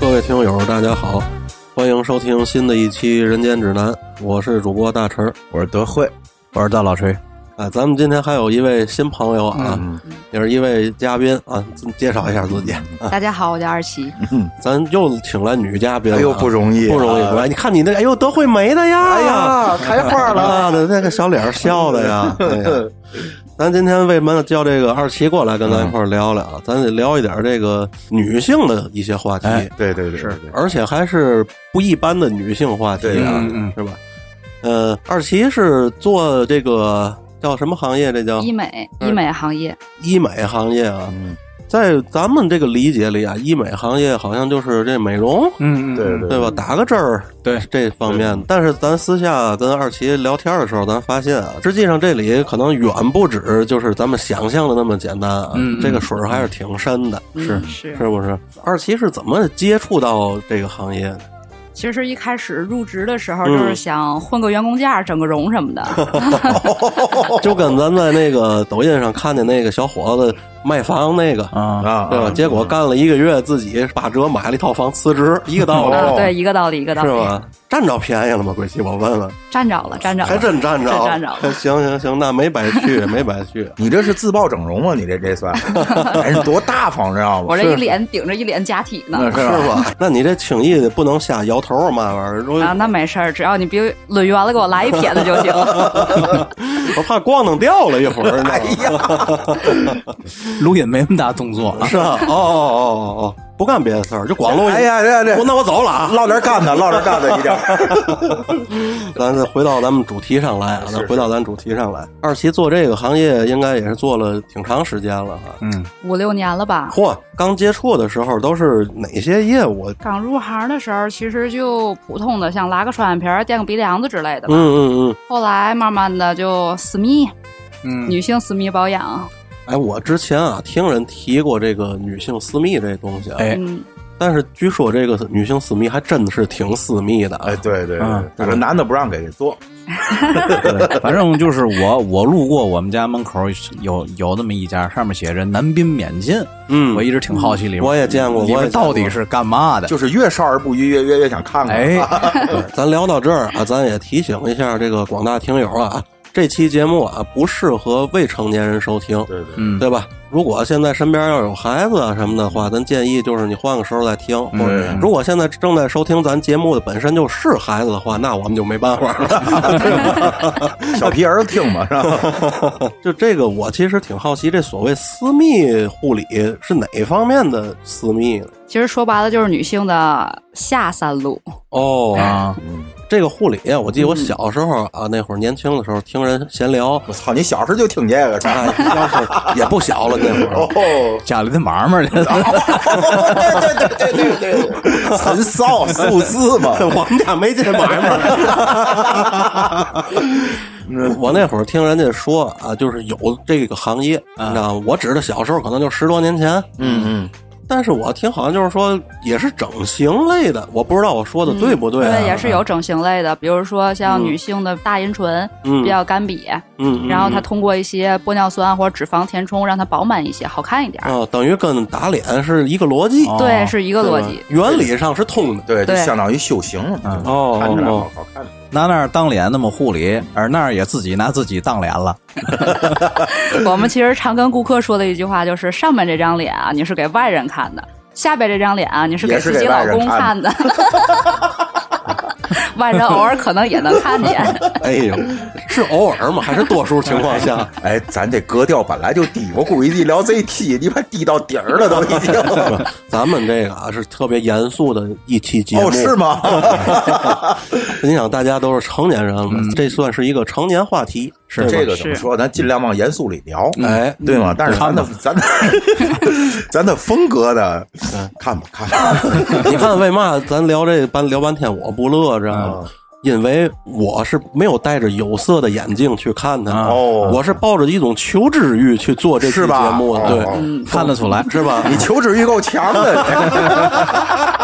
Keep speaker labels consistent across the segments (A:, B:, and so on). A: 各位听友，大家好，欢迎收听新的一期《人间指南》，我是主播大陈儿，
B: 我是德惠，
C: 我是大老锤。
A: 哎，咱们今天还有一位新朋友啊，
B: 嗯
A: 也是一位嘉宾啊，自介绍一下自己。
D: 大家好，我叫二七。
A: 咱又请来女嘉宾了啊，
B: 哎呦不容易
A: 不容易，
B: 啊
A: 不容易。你看你那，哎呦，德惠没的呀，
B: 哎呀，开花了，
A: 啊，的那个小脸儿笑的 呀。哎呀咱今天为什么叫这个二七过来跟咱一块儿聊聊啊？咱得聊一点这个女性的一些话题，
C: 哎
B: 对对对，是
A: 而且还是不一般的女性话题
B: 对
A: 啊，
C: 嗯嗯
A: 是吧？呃，二奇是做这个叫什么行业？这叫
D: 医美，
A: 嗯
D: 医美行业，
A: 医美行业啊。
B: 嗯
A: 在咱们这个理解里啊，医美行业好像就是这美容，
C: 嗯
B: 对对
A: 对吧？打个针儿，
C: 对
A: 这方面的。但是咱私下跟二奇聊天的时候，咱发现啊，实际上这里可能远不止就是咱们想象的那么简单啊。
C: 嗯嗯
A: 这个水儿还是挺深的，
C: 是
D: 嗯是
A: 是不是？二奇是怎么接触到这个行业的？
D: 其实一开始入职的时候，
A: 嗯
D: 就是想混个员工价，整个容什 么的。啊
A: 就跟咱在那个抖音上看见那个小伙子卖房那个，
C: 啊，
B: 啊，
A: 对吧？结果干了一个月，自己八折买了一套房，辞职，一个道理，
B: 哦
D: 啊，对，一个道理，一个道
A: 是
D: 理。
A: 吧？占着便宜了吗？鬼气，我问问，
D: 站着了，站着
A: 还
D: 了。
A: 真占着，
D: 真占着了
A: 行行行，那没白去，没白 去。
B: 你这是自曝整容吗？你这这 算，哎，你多大方，知道吗啊
D: 我？这一脸顶着一脸假体呢。
C: 那
A: 是
C: 吧？
A: 吧？那你这轻易不能瞎摇头嘛玩意儿，如
D: 啊，那没事儿，只要你别抡圆了，给我来一撇子就行。
A: 我怕咣当掉了一会 儿，哎呀，
C: 录音没那么大动作了。
A: 是啊，哦哦哦哦哦，不干别的事儿，就光录音。
B: 哎呀，这
A: 我
B: 这
A: 那我走了啊。
B: 唠点干的，唠点干的一点儿，
A: 咱再回到咱们主题上来啊，
B: 是
A: 咱
B: 是
A: 回到咱主题上来。二奇做这个行业应该也是做了挺长时间了哈。
C: 嗯，
D: 五六年了吧。
A: 嚯，刚接触的时候都是哪些业务？啊
D: 刚入行的时候，其实就普通的，像拉个双眼皮儿、垫个鼻梁子之类的吧。
A: 嗯嗯嗯。
D: 后来慢慢的就私密，
C: 嗯，
D: 女性私密保养。
A: 哎，我之前啊听人提过这个女性私密这东西啊，
C: 哎
D: 嗯，
A: 但是据说这个女性私密还真是挺私密的啊。
B: 哎，对对
C: 嗯
B: 对，反正男的不让给做，
C: 对反正就是我，我路过我们家门口有有那么一家，上面写着“南滨免进”，
A: 嗯，
C: 我一直挺好奇里面，
A: 我也见过
C: 里
A: 我也
C: 面
A: 见过
C: 到底是干嘛的？
B: 就是越少儿不宜，越越越想看看，
C: 哎，
A: 对咱聊到这儿啊，咱也提醒一下这个广大听友啊，这期节目啊不适合未成年人收听。
B: 对对，
C: 嗯，
A: 对吧？如果现在身边要有孩子啊什么的话，咱建议就是你换个时候再听。或者
B: 嗯
A: 如果现在正在收听咱节目的本身就是孩子的话，那我们就没办法了。
B: 小皮儿子听嘛，是吧？
A: 就这个，我其实挺好奇，这所谓私密护理是哪方面的私密呢？
D: 其实说白了就是女性的下三路。
A: 哦
C: 啊，
A: 这个护理啊，我记得我小时候啊，那会儿年轻的时候听人闲聊，
B: 我操，你小时候就听这个，是吧
A: 哎，要是也不小了那会儿
B: 哦，，
C: 家里的买卖的，
B: 对对 对对对对，很骚，数字嘛，
A: 我们家没这买卖。 我那会儿听人家说啊，就是有这个行业，你知道吗？我指的小时候可能就十多年前，
B: 嗯嗯，
A: 但是我听好像就是说也是整形类的，我不知道我说的对不对、啊
D: 嗯对，也是有整形类的，比如说像女性的大阴唇
A: 嗯
D: 比较干瘪，
A: 嗯，嗯
D: 然后它
A: 嗯
D: 通过一些玻尿酸或者脂肪填充，让它饱满一些，好看一点。
A: 啊，等于跟打脸是一个逻辑，
C: 哦
D: 对，是一个
A: 对吧
D: 逻辑。
A: 原理上是通的。
B: 对，就
D: 对
B: 相当于修行了嘛，
C: 嗯
A: 哦
B: 看起来
A: 哦
B: 好，好看。
C: 拿那儿当脸那么护理，而那儿也自己拿自己当脸了。
D: 我们其实常跟顾客说的一句话就是：上面这张脸啊，你是给外人看的；下边这张脸啊，你是
B: 也
D: 给
B: 是
D: 自己
B: 给外
D: 老
B: 人
D: 公
B: 看
D: 看的。 外人偶尔可能也能看见，
A: 哎 呦，是偶尔吗？还是多数情况 下？
B: 哎，咱这格调本来就低，我估计一聊这一期，你快低到底儿了都已 经。
A: 咱们这个啊是特别严肃的一期节目，
B: 哦，是吗？
A: 你想，大家都是成年人了，这算是一个成年话题，是
B: 嗯这个怎么说？咱尽量往严肃里聊，
A: 哎，
B: 对吗？但是咱
C: 看
B: 的咱的 咱的风格的，看吧嗯看吧，
A: 你看为嘛咱聊这半聊半天我不乐着？啊
B: 嗯
A: 因为我是没有戴着有色的眼镜去看它，
B: 哦
A: 我是抱着一种求知欲去做这期
B: 是
A: 节
B: 吧？
A: 目的，对，
B: 哦哦
C: 看得 出来，
A: 是吧？
B: 你求知欲够强 的，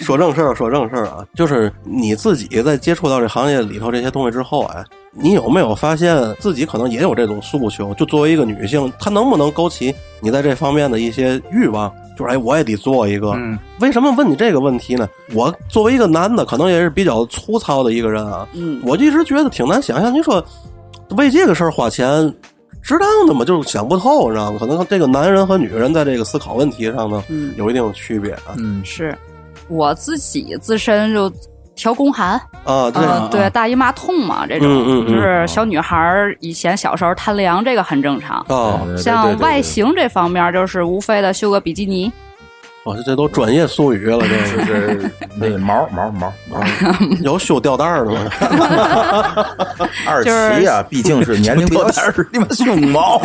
A: 说正事儿，说正事儿啊，就是你自己在接触到这行业里头这些东西之后，哎，你有没有发现自己可能也有这种诉求？就作为一个女性，她能不能勾起你在这方面的一些欲望？就是哎，我也得做一个。
C: 嗯
A: 为什么问你这个问题呢？我作为一个男的，可能也是比较粗糙的一个人啊，
D: 嗯，
A: 我一直觉得挺难想象。你说为这个事儿花钱，值当的吗？就是想不透，你知道吗？可能这个男人和女人在这个思考问题上呢，
D: 嗯
A: 有一定的区别啊。
C: 嗯，
D: 是我自己自身就调宫寒，
A: 啊，这
D: 呃
C: 啊，
D: 对，大姨妈痛嘛，这种、
A: 嗯嗯嗯
D: 就是小女孩儿以前小时候贪凉，这个很正常。
A: 啊，
B: 哦对对对对
D: 像
B: 对
D: 外形这方面，就是无非的修个比基尼，
A: 我哦这这都专业术语了， 这
B: 就是 那毛毛毛 毛，
A: 有修吊带儿的吗？
B: 二奇啊，毕竟是年龄 比较小，
C: 你们胸 毛，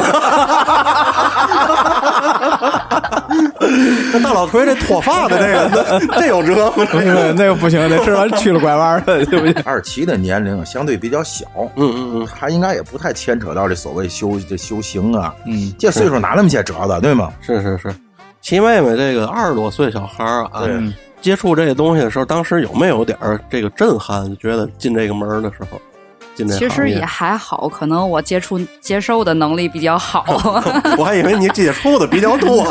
A: 那大老奎这脱发的这 个，这有辙吗？
C: 那个那个不行，得吃完去了拐弯了，对不对？
B: 二奇的年龄啊相对比较小，
A: 嗯嗯嗯，
B: 他应该也不太牵扯到这所谓修这修行啊，
C: 嗯，
B: 这岁数哪那么些折的，对吗？
A: 是是是。齐妹妹这个二十多岁小孩儿啊，
B: 对
C: 嗯
A: 接触这个东西的时候，当时有没有点儿这个震撼？就觉得进这个门儿的时候，进这
D: 其
A: 行
D: 实也
A: 业，
D: 还好，可能我接触接受的能力比较好，
A: 我还以为你接触的比较多，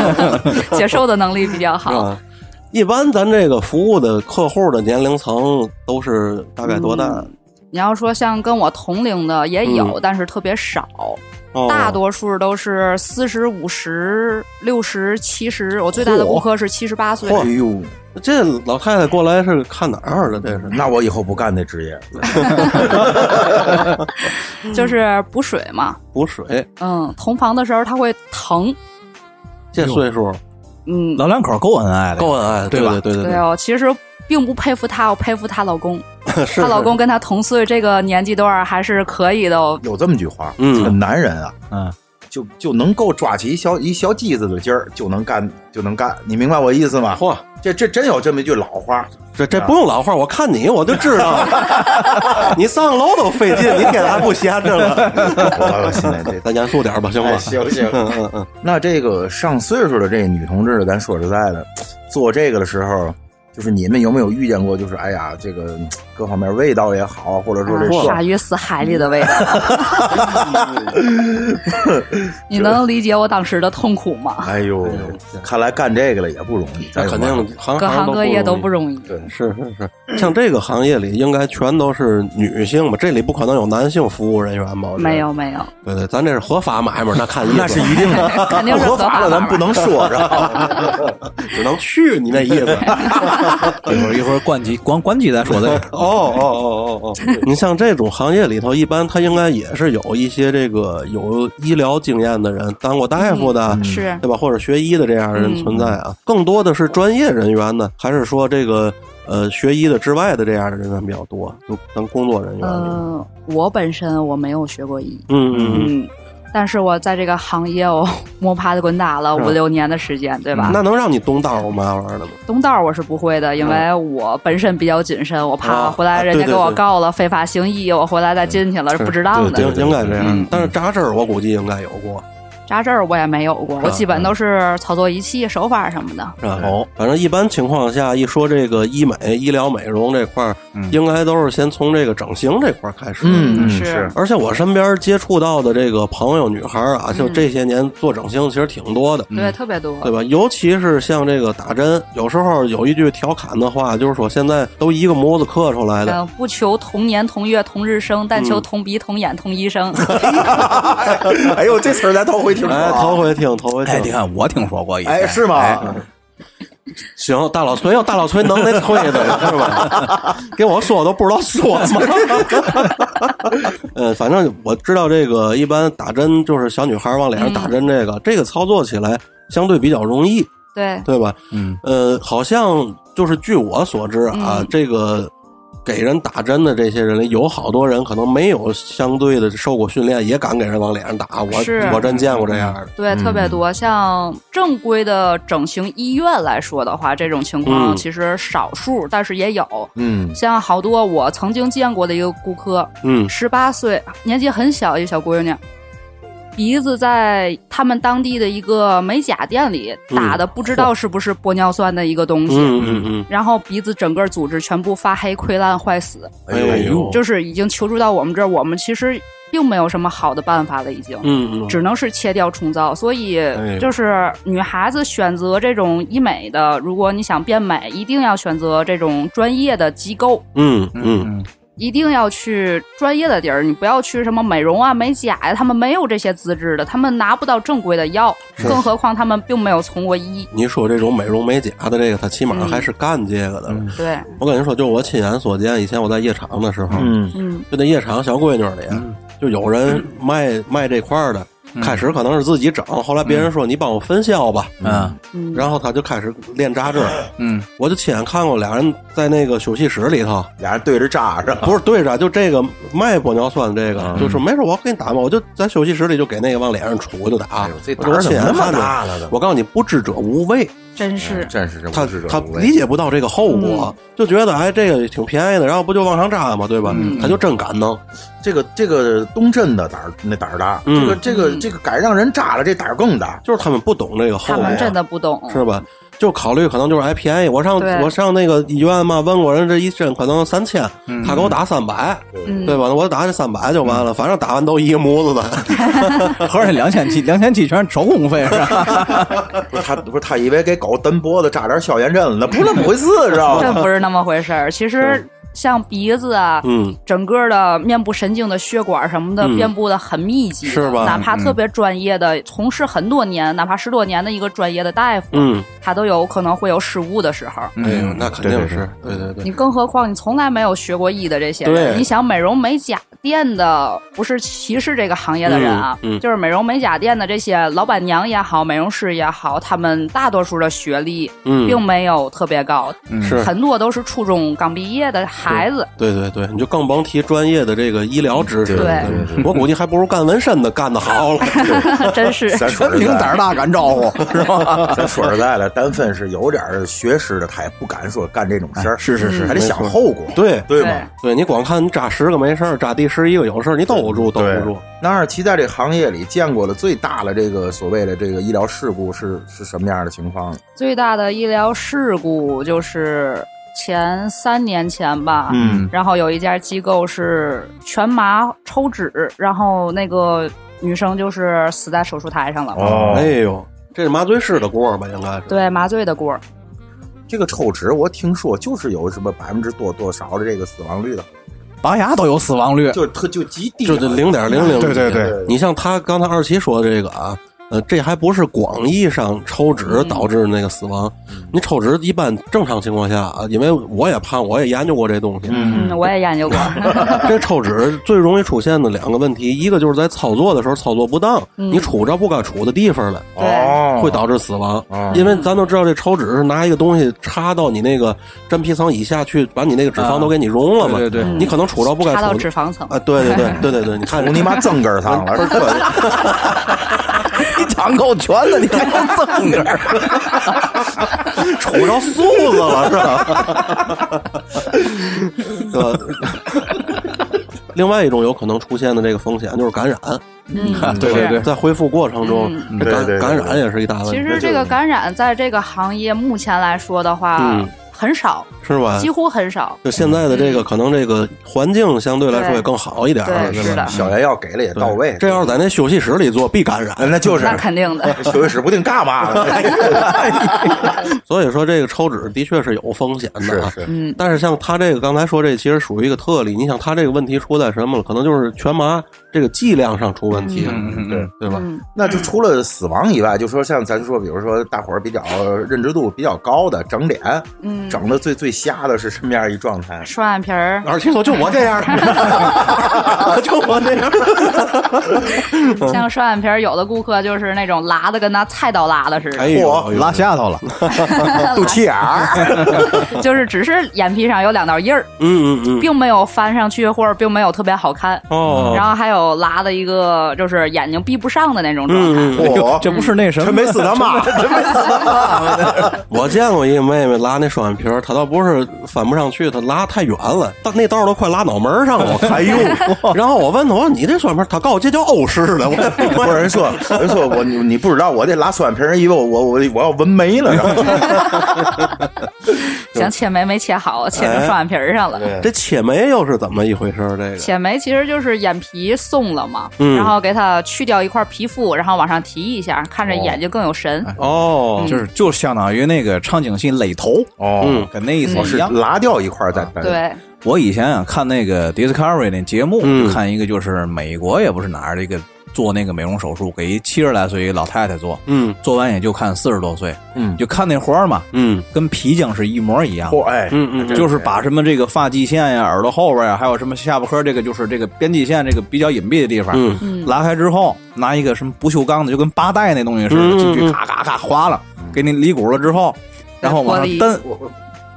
D: 接受的能力比较好。
A: 啊。一般咱这个服务的客户的年龄层都是 大概多大？
D: 嗯你要说像跟我同龄的也有，但是特别少，
A: 哦
D: 嗯大多数都是四十五十、六十、七十。我最大的顾客是七十八岁，
B: 哎呦，
A: 哦这老太太过来是看哪儿啊的？这是
B: 那我以后不干那职业了。
D: 就是补水嘛。
A: 补水，
D: 嗯，同房的时候他会疼。
A: 这岁数
D: 嗯，
C: 老两口够恩爱的，
A: 够恩爱，
C: 对
A: 对
C: 吧
A: 对对
D: 对，哦，其实并不佩服她，我佩服她老公。
A: 对，是
D: 她老公，跟她同岁这个年纪段儿还是可以的哦。
B: 有这么句话，
A: 嗯
B: 这个男人啊，
C: 嗯，
B: 就就能够抓起一小一小鸡子的劲儿，就能干就能干，你明白我意思吗？
A: 嚯，
B: 这这真有这么一句老 话，
A: 这这不用老话，我看你我就知道， 你上楼都费劲，你给还不闲着了？
B: 我现在这。
A: 咱严肃点吧，行
B: 哎
A: 吗？
B: 行行
A: 嗯嗯嗯，
B: 那这个上岁数的这女同志，咱说实在的，做这个的时候，就是你们有没有遇见过？就是哎呀，这个嗯各方面味道也好，或者说这
D: 啊
B: 事
D: 傻
B: 儿
D: 于死海里 的味道，你能理解我当时的痛苦吗？
B: 哎呦
A: 哎呦，
B: 看来干这个了也不容易，
A: 那肯定的，行
D: 各行各业都
A: 不
D: 不容易。
B: 对，
A: 是是是，像这个行业里应该全都是女性吧？这里不可能有男性服务人员吧？我觉得
D: 没，有 没有，
A: 对对，咱这是合法买卖，那看意 思，那是
B: 一定的。
D: 肯定是
B: 合
D: 法
B: 法了，咱不
D: 买卖。
B: 能说 着。
A: 只能去你那意 思。
C: 一会儿一会儿关机关关机再说 这个。
A: 哦哦哦哦哦， 你像这种行业里头，一般他应该也是有一些这个有医疗经验的人，当过大夫的，
D: 嗯是
A: 对吧？或者学医的这样的人
D: 嗯
A: 存在啊，更多的是专业人员呢，还是说这个呃学医的之外的这样的人员比较多？就咱工作人员里，
D: 呃，我本身我没有学过医，
A: 嗯嗯嗯，
D: 嗯，但是我在这个行业我摸爬滚打了五六年的时间，对吧？
A: 那能让你懂道儿吗？玩意儿的吗？
D: 东道我是不会的，因为我本身比较谨慎，我怕
A: 啊
D: 回来人
A: 对
D: 家
A: 对
D: 给我
A: 对
D: 告了非法行医，我回来再进去了是不值当
B: 对
D: 的
B: 对。
A: 应应该这样
C: 嗯，
A: 但是扎针儿我估计应该有过，
D: 扎针儿我也没有过，我基本都是操作仪器、手法什么的。
A: 是吧？哦，反正一般情况下，一说这个医美、医疗美容这块儿，
C: 嗯
A: 应该都是先从这个整形这块儿开始。
B: 嗯，
D: 是
B: 是
A: 而且我身边接触到的这个朋友女孩儿
C: 嗯
A: 啊，就这些年做整形其实挺多的，
D: 对，特别多。
A: 对吧？尤其是像这个打针，有时候有一句调侃的话，就是说现在都一个模子刻出来的，
D: 嗯，不求同年同月同日生，但求同鼻同眼同医生。
B: 哎呦，这词儿咱头回听说啊。
A: 哎，头回听，头回
C: 哎，你
A: 听。
C: 看我听说过一次，
B: 哎，是
C: 哎
B: 吗？
A: 行，大老崔，要大老崔能耐推的是吧？给我说我都不知道说什么。 嗯，反正我知道这个，一般打针就是小女孩儿往脸上打针，这个、这个操作起来相对比较容易，
D: 对，
A: 对吧？
C: 嗯，
A: 呃，好像就是据我所知啊，
D: 嗯
A: 这个给人打针的这些人里，有好多人可能没有相对的受过训练，也敢给人往脸上打。我
D: 是
A: 我真见过这样的。
D: 对，特别多。像正规的整形医院来说的话，这种情况
A: 嗯
D: 其实少数，但是也有。
B: 嗯，
D: 像好多我曾经见过的一个顾客，
A: 嗯，
D: 十八岁，年纪很小，一个小闺女，鼻子在他们当地的一个美甲店里
A: 嗯
D: 打的，不知道是不是玻尿酸的一个东西。
A: 嗯嗯嗯，
D: 然后鼻子整个组织全部发黑、溃烂、坏死，
A: 哎呦
B: 哎呦，
D: 就是已经求助到我们这儿。我们其实并没有什么好的办法了，已经。
A: 嗯嗯，哎
D: 只能是切掉重造，所以
A: 呦
D: 就是女孩子选择这种医美的，如果你想变美，一定要选择这种专业的机构，
A: 嗯嗯
C: 嗯
D: 一定要去专业的地儿，你不要去什么美容啊、美甲呀、他们没有这些资质的，他们拿不到正规的药，更何况他们并没有从过医。
A: 你说这种美容美甲的这个，他起码还是干这个的。
D: 对，
A: 我跟你说，就我亲眼所见，以前我在夜场的时候，
B: 嗯，
D: 嗯
A: 就那夜场小闺女里，啊就有人卖、卖这块儿的。开始可能是自己整，后来别人说你帮我分销吧，
C: 嗯
D: 嗯，
A: 然后他就开始练扎针。
C: 嗯
A: 我就亲眼看过俩人在那个休息室里头，
B: 俩人对着扎着，
A: 不是对着，就这个卖玻尿酸这个，
B: 嗯
A: 就是没事，我给你打吧，我就在休息室里就给那个往脸上杵，我就打
B: 哎呦，，这
A: 我
B: 胆
A: 就
B: 儿
A: 是
B: 怎
A: 亲
B: 么
A: 眼
B: 那
A: 看
B: 么
A: 着。
B: 大了？
A: 我告诉你，不知者无畏，
D: 真
B: 这
D: 是
B: 真是这
A: 他
B: 无知者
A: 他
B: 无畏
A: 理解不到这个后果，
D: 嗯
A: 就觉得哎，这个也挺便宜的，然后不就往上扎嘛，对吧？
C: 嗯
A: 他就真敢弄，
B: 这个这个东镇的胆儿那胆儿大，
A: 嗯
B: 这个这个这个敢让人炸了，这胆儿更大。
A: 就是他们不懂这个后
D: 他
A: 果
D: 们，真的不懂，
A: 是吧？就考虑可能就是哎便宜，我上
D: 对
A: 我上那个医院嘛，问过人这一针可能三千，
C: 嗯
A: 他给我打三百，
D: 嗯
A: 对吧？我打这三百就完了，反正打完都一模子 的。
C: 合着嗯两千七，两千七全是手工费是吧？
B: 不是他不是他以为给狗蹬脖子扎点消炎针了，那不 是那么回事，知道
D: 真
B: 吗？
D: 嗯不是那么回事儿。其实像鼻子啊，
A: 嗯，
D: 整个的面部神经的血管什么的
A: 嗯
D: 遍布的很密集的，
A: 是吧
D: 哪怕特别专业的，从事很多年，哪怕十多年的一个专业的大夫，
A: 嗯，
D: 他都有可能会有失误的时候。
A: 哎呦，那肯定是，对对对，
D: 你更何况你从来没有学过医的这些
A: 对
D: 人，你想美容美甲店的不是歧视这个行业的人啊，
A: 嗯嗯
D: 就是美容美甲店的这些老板娘也好，美容师也好，他们大多数的学历
A: 嗯，
D: 并没有特别高，
A: 是，
D: 很多都是初中刚毕业的孩子。
A: 对对对，你就更甭提专业的这个医疗知识
B: 对
A: 了。
D: 嗯
B: 对对
A: 我估计还不如干纹身的干的好了。
D: 真是
B: 咱说
C: 全
B: 实
C: 凭胆
B: 在
C: 儿，大敢招呼 是吧？
B: 咱说实在的，丹芬是有点儿学识的，他也不敢说干这种事儿，
A: 是是
D: 嗯
A: 是
B: 还得
A: 没
B: 想
A: 错
B: 后果，
A: 对
B: 对
D: 对
B: 吗？
A: 对，你光看你扎十个没事儿，扎第十一个有事儿，你兜不住，兜不住。
B: 那二七在这行业里见过了最大的这个所谓的这个医疗事故是是什么样的情况呢？
D: 最大的医疗事故就是前三年前吧，
B: 嗯
D: 然后有一家机构是全麻抽脂，然后那个女生就是死在手术台上了，
B: 哦
A: 哎呦，这是麻醉师的锅吧，应该是。
D: 对麻醉的锅儿，
B: 这个抽脂，我听说就是有什么百分之多多少的这个死亡率的，
C: 拔牙都有死亡 率，
B: 就是特就极低，
A: 就这零点零零，
C: 对对对
A: 你像他刚才二七说的这个啊，呃，这还不是广义上抽脂
D: 嗯
A: 导致那个死亡。你抽脂一般正常情况下啊，因为我也判，我也研究过这东西。
D: 嗯，我也研究过，
A: 这抽脂最容易出现的两个问题，一个就是在操作的时候操作不当，
D: 嗯
A: 你杵着不该杵的地方了，
D: 对
B: 哦，
A: 会导致死亡。
B: 哦
A: 因为咱都知道，这抽脂是拿一个东西插到你那个真皮层以下去，把你那个脂肪都给你溶了嘛。
C: 啊对对对
A: 你可能杵着不该
D: 插到
A: 杵
D: 脂
A: 的
D: 肪层，
A: 啊，对对对对对对，你看
B: 我
A: 人
B: 尼
A: 家
B: 妈增根儿上了，是 吧
C: 你讲够全了，你还够正点儿。
A: 杵着素子了是吧？呃，另外一种有可能出现的这个风险就是感染，
D: 嗯，
C: 对
D: 是
C: 对对
A: 在恢复过程中，
D: 嗯
A: 这
B: 对对对
A: 感感染也是一大问
D: 其
A: 题，
D: 实这个感染在这个行业目前来说的话，
A: 嗯
D: 很少，
A: 是吧
D: 几？乎很少，
A: 就现在的这个，可能这个环境相对来说也更好一点儿，
D: 对
A: 吧
D: 是的
B: 消炎药给了也到位，哎
A: 这要是在那休息室里做，必感染。
B: 那就是
D: 那肯 定的，
B: 休息室不定 干嘛
A: 哎
B: 呢，
A: 所以说，这个抽脂的确是有风险的啊。
B: 是
D: 嗯，
A: 但是像他这个刚才说这，其实属于一个特例。你想，他这个问题出在什么了？可能就是全麻这个剂量上出问题了，
C: 嗯嗯
B: 对
C: 嗯，
A: 对吧？
D: 嗯
B: 那就除了死亡以外，就说像咱说，比如说大伙儿比较认知度比较高的整脸，
D: 嗯，
B: 整的最最瞎的是什么样一状态？
D: 双眼皮儿，
A: 二七说就我这样儿， 就我这样儿。
D: 像双眼皮儿，有的顾客就是那种拉的跟拿菜刀拉的似的，
A: 哎呦，
B: 嚯
A: 哎呦
C: 拉下 头了，
B: 肚脐眼儿，
D: 就是只是眼皮上有两道印儿，
A: 嗯嗯嗯，
D: 并没有翻上去或者并没有特别好看。
C: 嗯
A: 哦，
D: 然后还有拉的一个就是眼睛闭不上的那种状态，
A: 嗯
C: 哎
A: 嗯，
B: 嚯，
C: 这不是那什
B: 真
C: 么
B: 没死他妈，
A: 我见过一个妹妹拉那双眼皮儿，他倒不是翻不上去，他拉太远了，但那道儿都快拉脑门儿上了。我看，哎呦！然后我问他，我说你这双皮儿，他告诉我这叫欧式 的，我也不
B: 不是人说，人说我你你不知道，我得拉酸皮儿，以为我我我我要纹眉了，然后
D: 想切眉没切好，切成双眼皮儿上了。
A: 这切眉又是怎么一回事儿？这个
D: 切眉其实就是眼皮松了嘛，
A: 嗯
D: 然后给它去掉一块皮肤，然后往上提一下，看着眼睛更有神。
A: 哦，
C: 就是就相当于那个场景戏勒头，
B: 哦，
C: 跟那意思
B: 我
C: 一
B: 是
C: 样。
B: 拉掉一块儿再再
D: 对，
C: 我以前啊看那个 Discovery 那节目，
A: 嗯
C: 就看一个就是美国也不是哪儿的一个做那个美容手术，给一七十来岁一老太太做，
A: 嗯
C: 做完也就看四十多岁，
B: 嗯
C: 你就看那活儿嘛，
A: 嗯
C: 跟皮筋是一模一样的。
B: 嚯哎，
A: 嗯嗯，嗯
C: 就是把什么这个发际线呀、耳朵后边呀，还有什么下巴颏儿这个就是这个边际线这个比较隐蔽的地方，
A: 嗯
D: 嗯，
C: 拉开之后，拿一个什么不锈钢的，就跟八带那东西似
A: 嗯嗯
C: 的，进
A: 嗯
C: 去咔咔咔划了，给你理骨了之后，然后往
D: 玻璃
C: 上蹬，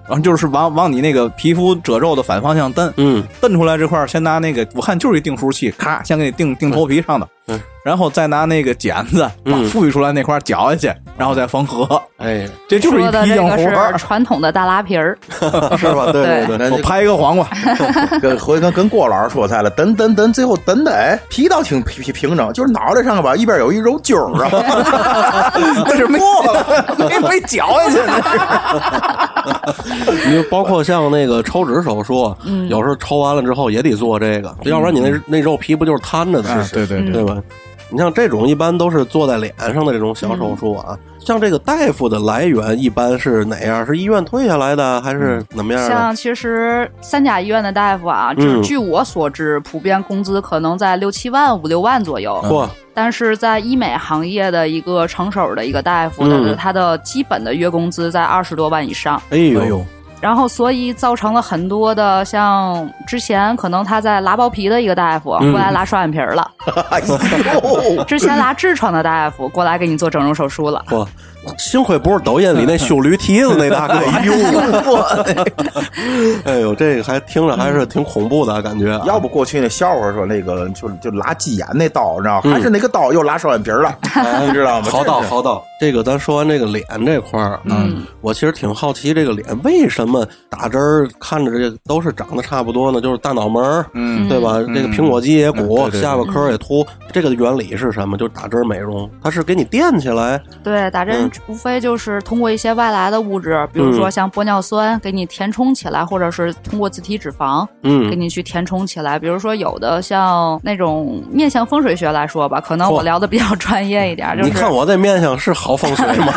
C: 然后就是往往你那个皮肤褶皱的反方向蹬，
A: 嗯
C: 蹬出来这块儿先拿那个，我看就是一订书器，咔，先给你订订头皮上的，
A: 嗯
C: 然后再拿那个剪子把
A: 嗯
C: 富裕出来那块儿搅下去，然后再缝合，
A: 哎
C: 这就是一
D: 说的
C: 皮
D: 这
C: 筋活
D: 个是。
C: 儿
D: 传统的大拉皮儿，
B: 嗯
A: 是 吧？对
D: 对
A: 对，
B: 那
C: 我拍一个 黄瓜，
B: 跟回跟跟郭老师说菜了，等等等，最后等等，哎，皮倒挺平平平整，就是脑袋上吧一边有一肉揪儿 啊，
C: 那是过 了，没没嚼下去呢。
A: 你就包括像那个抽脂手术，有时候抽完了之后也得做这个，要不然你那那肉皮不就是摊着的
C: 啊
A: 吗？
C: 对对对
A: 对吧？你像这种一般都是做在脸上的这种小手术啊，像这个大夫的来源一般是哪样？是医院退下来的还是怎么样啊的？
D: 像其实三甲医院的大夫啊，就是据我所知，普遍工资可能在六七万、五六万左右。
A: 嚯，
D: 但是在医美行业的一个成手的一个大夫，
A: 嗯
D: 他的基本的月工资在二十多万以上。
A: 哎呦，。
C: 哎呦，
D: 然后所以造成了很多的，像之前可能他在拉包皮的一个大夫过来拉双眼皮儿了，
B: 哎呦，
D: 之前拉痔疮的大夫过来给你做整容手术了
A: 嚯！幸亏不是抖音里那修驴蹄子那大哥，哎呦我，哎呦，这个还听着还是挺恐怖的感觉啊。
B: 要不过去那笑话说那个就就拉鸡眼那刀，你知道吗还是那个刀又拉双眼皮儿 了，你知道吗？
A: 好到
B: 真是
A: 好到，这个咱说完这个脸这块儿，啊
D: 嗯，
A: 我其实挺好奇这个脸为什么打针儿看着这都是长得差不多呢？就是大脑门儿，
C: 嗯
A: 对吧？
C: 嗯
A: 这个苹果肌也
C: 嗯
A: 鼓，
C: 对对对
A: 下巴颏儿也凸，这个原理是什么？就是打针儿美容，它是给你垫起来，
D: 对，打针
A: 嗯
D: 无非就是通过一些外来的物质，比如说像玻尿酸给你填充起来，或者是通过自体脂肪给
A: 嗯，
D: 你去填充起来。比如说有的像那种面向风水学来说吧，可
A: 嚯
D: 能我聊的比较专业一点，就
A: 你
D: 是
A: 看我这面相是好风水吗？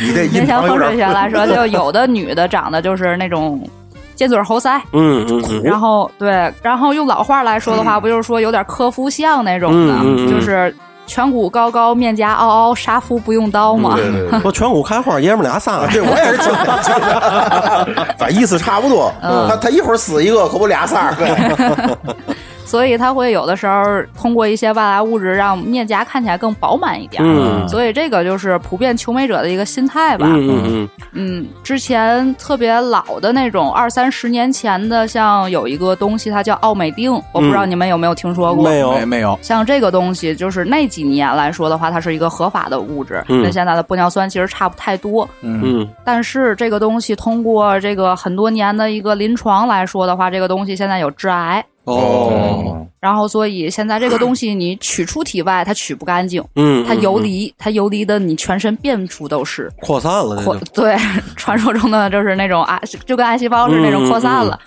B: 你这
D: 面
B: 阴阳
D: 向
B: 有
D: 风水学
B: 点
D: 来 说，就有的女的长得就是那种尖嘴猴腮。
A: 嗯嗯嗯，
D: 然后对，然后用老话来说的话，不就是说有点科夫相那种的，
A: 嗯嗯嗯
D: 就是颧骨高高，面颊凹凹，杀夫不用刀嘛。
A: 嗯
B: 对对对。
A: 说颧骨开花，爷们俩仨，
B: 啊对，我也是听，咱意思差不多。
D: 嗯
B: 他他一会儿死一个，可不俩仨儿。
D: 所以它会有的时候通过一些外来物质让面颊看起来更饱满一点。
A: 嗯
D: 所以这个就是普遍求美者的一个心态吧。
A: 嗯嗯嗯，
D: 嗯，之前特别老的那种二三十年前的，像有一个东西，它叫奥美定，我不知道你们有没有听说过？
A: 嗯没有
C: 没没有，
D: 像这个东西，就是那几年来说的话，它是一个合法的物质，
A: 嗯
D: 跟现在的玻尿酸其实差不太多。
C: 嗯
A: 嗯
D: 但是这个东西通过这个很多年的一个临床来说的话，这个东西现在有致癌，
A: 哦，，
D: 然后所以现在这个东西你取出体外，它取不干净，
A: 嗯，
D: 它
A: 嗯
D: 游
A: 嗯
D: 离，它游离的你全身遍处都是。
A: 扩散了，这
D: 扩
A: 就
D: 对，传说中的就是那种癌，就跟癌细胞是
A: 嗯
D: 那种扩散了。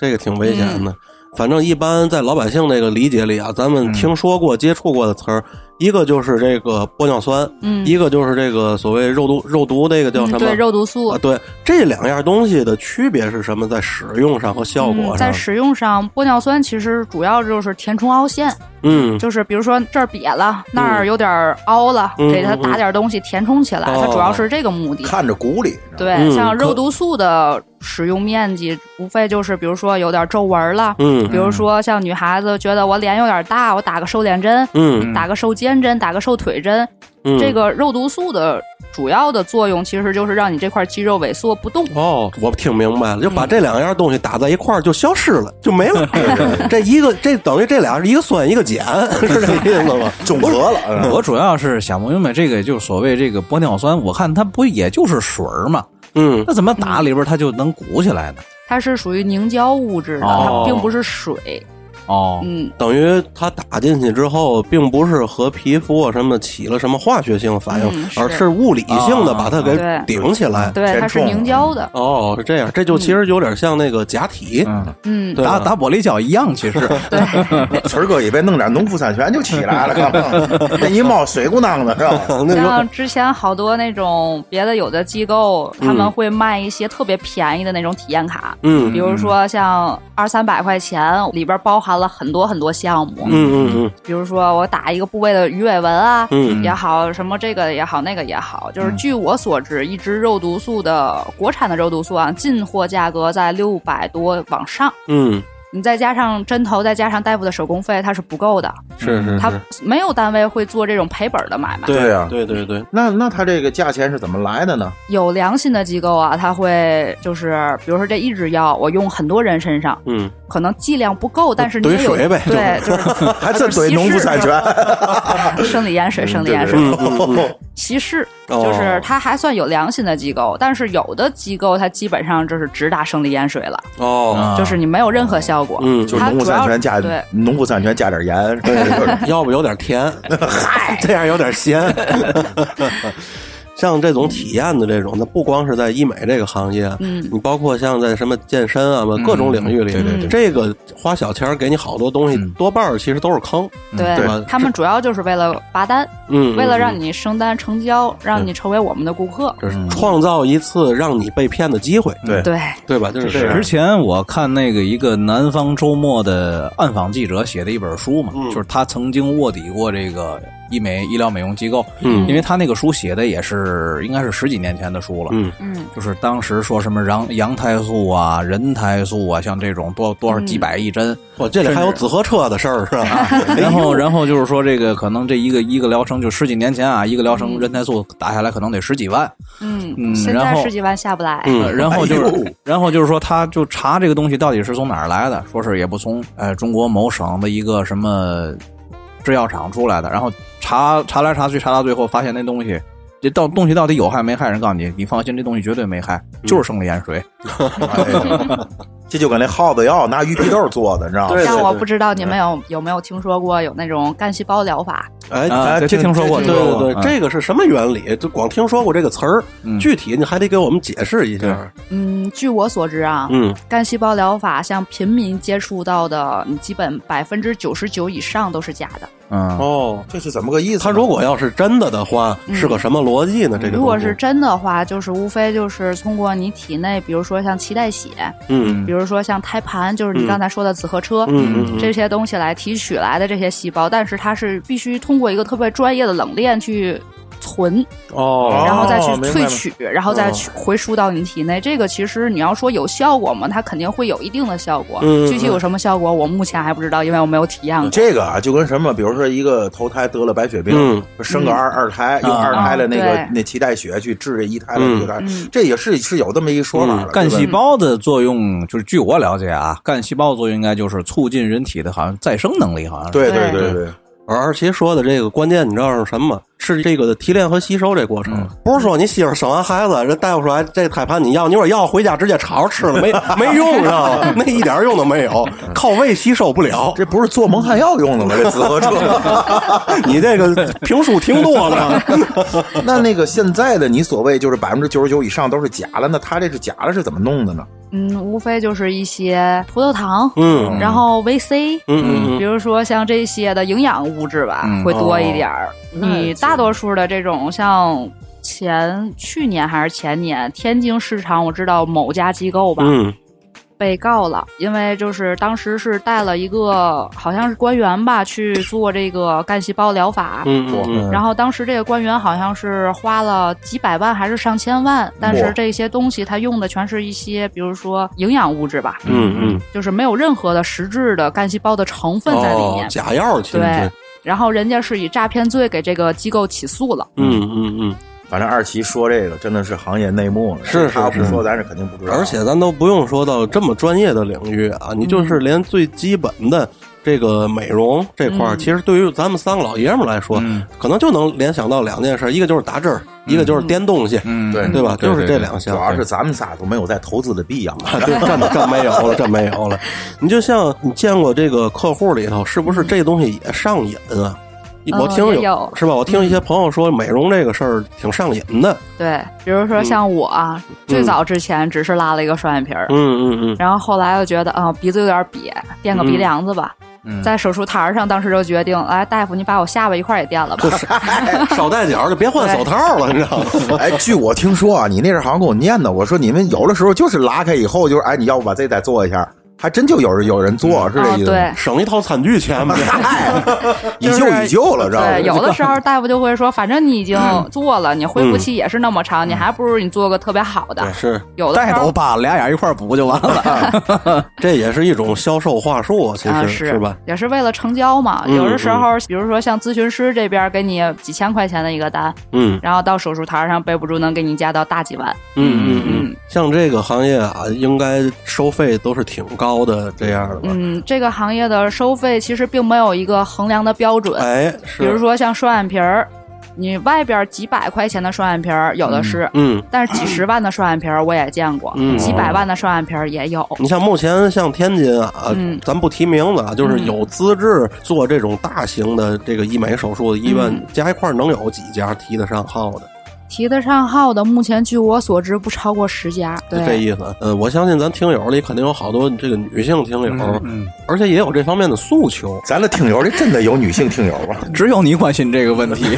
A: 这个挺危
D: 嗯
A: 险的。反正一般在老百姓这个理解里啊，咱们听说过、接触过的词儿，一个就是这个玻尿酸，
D: 嗯
A: 一个就是这个所谓肉毒肉毒那个叫
D: 嗯
A: 什么？
D: 对，肉毒素
A: 啊，对，这两样东西的区别是什么？在使用上和效
D: 嗯
A: 果上，
D: 在使用上，玻尿酸其实主要就是填充凹陷。
A: 嗯，
D: 就是比如说这儿瘪了，那儿有点儿凹了，
A: 嗯
D: 给它打点东西填充起来，
A: 嗯嗯
D: 它主要是这个目的。
B: 看着骨 里。
D: 对，
A: 嗯
D: 像
A: 可
D: 肉毒素的使用面积，无非就是比如说有点皱纹了，
A: 嗯
D: 比如说像女孩子觉得我脸有点大，我打个瘦脸针，
A: 嗯
D: 打个瘦肩针，打个瘦腿针。
A: 嗯，
D: 这个肉毒素的主要的作用其实就是让你这块肌肉萎缩不动。
A: 哦，我听明白了，就把这两样东西打在一块儿就消失了，就没了。这一个这等于这俩是一个酸一个碱，是这意思吗？
B: 中和了，
C: 我主要是想不明白这个，就是所谓这个玻尿酸，我看它不也就是水儿嘛，
A: 嗯，
C: 那怎么打里边它就能鼓起来呢？
D: 它是属于凝胶物质的，
C: 哦
D: 它并不是水。
C: 哦，
D: 嗯，
A: 等于它打进去之后，并不是和皮肤啊什么起了什么化学性反应，
D: 嗯是
A: 而是物理性的把它给
D: 对
A: 顶起来。
D: 对，它是
B: 填充
D: 凝胶的。
A: 哦，是这样，这就其实有点像那个假体，
C: 嗯，
D: 嗯，
A: 对吧
C: 打打玻璃胶一样，其实
B: 村儿哥也别弄点农夫山泉就起来了，刚 刚那一猫水鼓囊子是吧？
A: 那有
D: 像之前好多那种别的有的机构，他们会卖一些特别便宜的那种体验卡，
A: 嗯
D: 比如说像二三百块钱，里边包含了很多很多项目，
A: 嗯嗯
D: 比如说我打一个部位的鱼尾纹啊。
A: 嗯
D: 也好，什么这个也好，那个也好，就是据我所知，一支肉毒素的国产的肉毒素啊，进货价格在六百多往上，
A: 嗯嗯，
D: 你再加上针头，再加上大夫的手工费，它是不够的。
A: 是是
D: 它
A: 是，
D: 没有单位会做这种赔本的买卖。
A: 对
B: 对呀
A: 对对对，
B: 那那他这个价钱是怎么来的呢？
D: 有良心的机构啊，它会就是，比如说这一支药，我用很多人身上，
A: 嗯，
D: 可能剂量不够，但是你
A: 怼
D: 也有
A: 水呗
D: 对，就是
B: 还真怼农夫山泉，
D: 生理盐水，生理
B: 对
D: 盐
B: 对
D: 水
A: 嗯嗯嗯
B: 对
D: 稀释，
A: 哦
D: 就是它还算有良心的机构，但是有的机构它基本上就是只打生理盐水了，
A: 哦，
C: 啊
D: 就是你没有任何效果，
A: 嗯，就
B: 就
A: 是
B: 农夫山泉
D: 它
B: 加
D: 主要对
B: 农夫山泉加点 盐，
A: 要不有点甜，这样有点咸。像这种体验的这种，那不光是在医美这个行业，
D: 嗯
A: 你包括像在什么健身啊，各种领域里，
C: 嗯对
D: 对对
A: 这个花小钱儿给你好多东西，
C: 嗯
A: 多半儿其实都是坑。
B: 对
D: 对，他们主要就是为了拔单，
A: 嗯，
D: 为了让
A: 嗯
D: 你升单成交，让你成为我们的顾客，
A: 就是
C: 嗯
A: 创造一次让你被骗的机会，
B: 对
D: 对，
A: 对吧？就是这样
C: 之。前我看那个一个南方周末的暗访记者写的一本书嘛，
A: 嗯
C: 就是他曾经卧底过这个医美医疗美容机构，
A: 嗯
C: 因为他那个书写的也是应该是十几年前的书了，
A: 嗯
D: 嗯
C: 就是当时说什么羊羊胎素啊、人胎素啊，像这种多
A: 嗯
C: 多少几百一针，
A: 我这里还有紫河车的事儿是吧？
C: 然后然后就是说这个可能这一个一个疗程就十几年前啊，一个疗
A: 嗯
C: 程人胎素打下来可能得十几万，嗯
D: 嗯，现
C: 然
D: 在
C: 后
D: 十几万下不来，
A: 嗯
C: 呃然后就是、
B: 哎呦
C: 然后就是说他就查这个东西到底是从哪儿来的，说是也不从呃中国某省的一个什么制药厂出来的，然后查查来查去查到最后发现那东西。这到东西到底有害没害？人告诉你，你放心，这东西绝对没害，就是生理盐水。
B: 哎呦这就跟那耗子药拿鱼皮豆做的，你知道吗？
A: 对嗯
D: 但我不知道你们有有没有听说过有那种干细胞疗法，
A: 哎，
C: 啊，这
B: 这
C: 听说过，
A: 对
C: 听说过
A: 对对，
C: 嗯
A: 这个是什么原理？就光听说过这个词儿，
C: 嗯
A: 具体你还得给我们解释一下。
D: 嗯，据我所知啊，
A: 嗯
D: 干细胞疗法像平民接触到的，你基本百分之九十九以上都是假的。
C: 嗯，
A: 哦，
B: 这是怎么个意思呢？
A: 它如果要是真的的话，
D: 嗯
A: 是个什么逻辑呢？这个
D: 如果
A: 东西
D: 是真的话，就是无非就是通过你体内，比如说像脐带血，
A: 嗯
D: 比如说像胎盘，就是
A: 嗯
D: 你刚才说的紫河车。
A: 嗯嗯
D: 这些东西来提取来的这些细胞，但是它是必须通过一个特别专业的冷链去存，
A: 哦
D: 然后再去
B: 明白
D: 萃
B: 了
D: 取，然后再
A: 嗯
D: 去回输到你体内。这个其实你要说有效果嘛，它肯定会有一定的效果。
A: 嗯
D: 具体有什么效果，我目前还不知道，因为我没有体验过。
B: 这个啊，就跟什么，比如说一个头胎得了白血病，
A: 嗯
B: 生个二二胎，用
C: 啊
B: 二胎的那个、
D: 哦对
B: 那脐带血去治这一胎的
A: 嗯
B: 这个胎，
D: 嗯
B: 这也是是有这么一说法的。
C: 干细
B: 对吧
C: 胞的作用就是，据我了解啊，干细胞的作用应该就是促进人体的好像再生能力，好像是
B: 对
D: 对
B: 对对，
A: 而二七说的这个关键，你知道是什么吗？是这个的提炼和吸收这过程，
C: 嗯
A: 不是说你媳妇生完孩子，人大夫说哎这胎盘你要，你说要回家直接炒着吃了，没没用，知道吗？那一点用都没有，靠胃吸收不了。
B: 这不是做蒙汗药用 的吗？这紫河车。
A: 你这个评书听多了，
B: 那那个现在的你所谓就是百分之九十九以上都是假的，那他这是假的，是怎么弄的呢？
D: 嗯，无非就是一些葡萄糖，
A: 嗯
D: 然后维 C，
A: 嗯嗯哦
D: 比如说像这些的营养物质吧，
C: 嗯
D: 会多一点儿。你大多数的这种像前去年还是前年，天津市场我知道某家机构吧、
A: 嗯
D: 被告了，因为就是当时是带了一个好像是官员吧去做这个干细胞疗法。
A: 嗯嗯
D: 然后当时这个官员好像是花了几百万还是上千万，但
B: 哇
D: 是这些东西他用的全是一些，比如说营养物质吧，
A: 嗯嗯，
D: 就是没有任何的实质的干细胞的成分在里面。
A: 哦假药其实
D: 对
A: 是，，
D: 然后人家是以诈骗罪给这个机构起诉了。
A: 嗯嗯嗯。
B: 反正二奇说这个真的是行业内幕了，
A: 是是
B: 他不
A: 是
B: 说咱是肯定不知道。
A: 而且咱都不用说到这么专业的领域啊，你就是连最基本的这个美容这块儿，
D: 嗯
A: 其实对于咱们三个老爷们儿来说，
C: 嗯
A: 可能就能联想到两件事，一个就是打汁儿，一个就是颠东西，
C: 嗯，
B: 对
A: 对吧？
C: 对
A: 就是
C: 对
A: 这
C: 对
A: 两
B: 主
A: 项。
B: 要是咱们仨都没有再投资的必要。
A: 对，这这没有了，这没有了。你就像你见过这个客户里头，是不是这东西也上瘾啊？
D: 嗯
A: 我听
D: 也有
A: 是吧？我听一些朋友说，美容这个事儿挺上瘾的。
D: 对，比如说像我啊，最早之前只是拉了一个双眼皮儿，
A: 嗯嗯嗯嗯，
D: 然后后来又觉得，嗯，鼻子有点瘪，垫个鼻梁子吧。
C: 嗯
D: 在手术台上，当时就决定，哎，大夫，你把我下巴一块儿也垫了吧。
A: 嗯少戴脚就别换手套了，你知道吗？
B: 哎，据我听说啊，你那阵好像跟我念叨，我说你们有的时候就是拉开以后，就是哎，你要不把这再做一下，还真就有人有人做，是这
D: 哦
B: 意，思吗？
D: 对，
A: 省一套餐具钱 呗。
B: 以旧以旧了，知道吗？
D: 对，有的时候大夫就会说，反正你已经做了，你恢复期也是那么长，你还不如你做个特别好的。
A: 是，
D: 有的
C: 带
D: 时
C: 头
D: 候，
C: 吧，俩眼一块儿补就完了。
A: 这也是一种销售话术啊，其
D: 啊
A: 实
D: 是
A: 吧？
D: 也是为了成交嘛。
A: 嗯
D: 有的时候，比如说像咨询师这边给你几千块钱的一个单，
A: 嗯
D: 然后到手术台上背不住能给你加到大几万。
A: 嗯嗯
D: 嗯
A: 嗯，像这个行业啊，应该收费都是挺高的，这样的吧？
D: 嗯，这个行业的收费其实并没有一个衡量的标准。
A: 哎，是，
D: 比如，说像双眼皮儿，你外边几百块钱的双眼皮儿有的是，
A: 嗯，
D: 但是几十万的双眼皮儿我也见过，
A: 嗯
D: 几百万的双眼皮儿也有。
A: 你像目前像天津啊，
D: 嗯
A: 咱不提名字啊，就是有资质做这种大型的这个医美手术的医院，
D: 嗯
A: 加一块儿能有几家提得上号的？
D: 提得上号的，目前据我所知不超过十家。
A: 就这
D: 对，
A: 意思。呃，我相信咱听友里肯定有好多这个女性听友，
C: 嗯，
A: 而且也有这方面的诉求。
B: 咱的听友里真的有女性听友啊吗？
C: 只有你关心这个问题。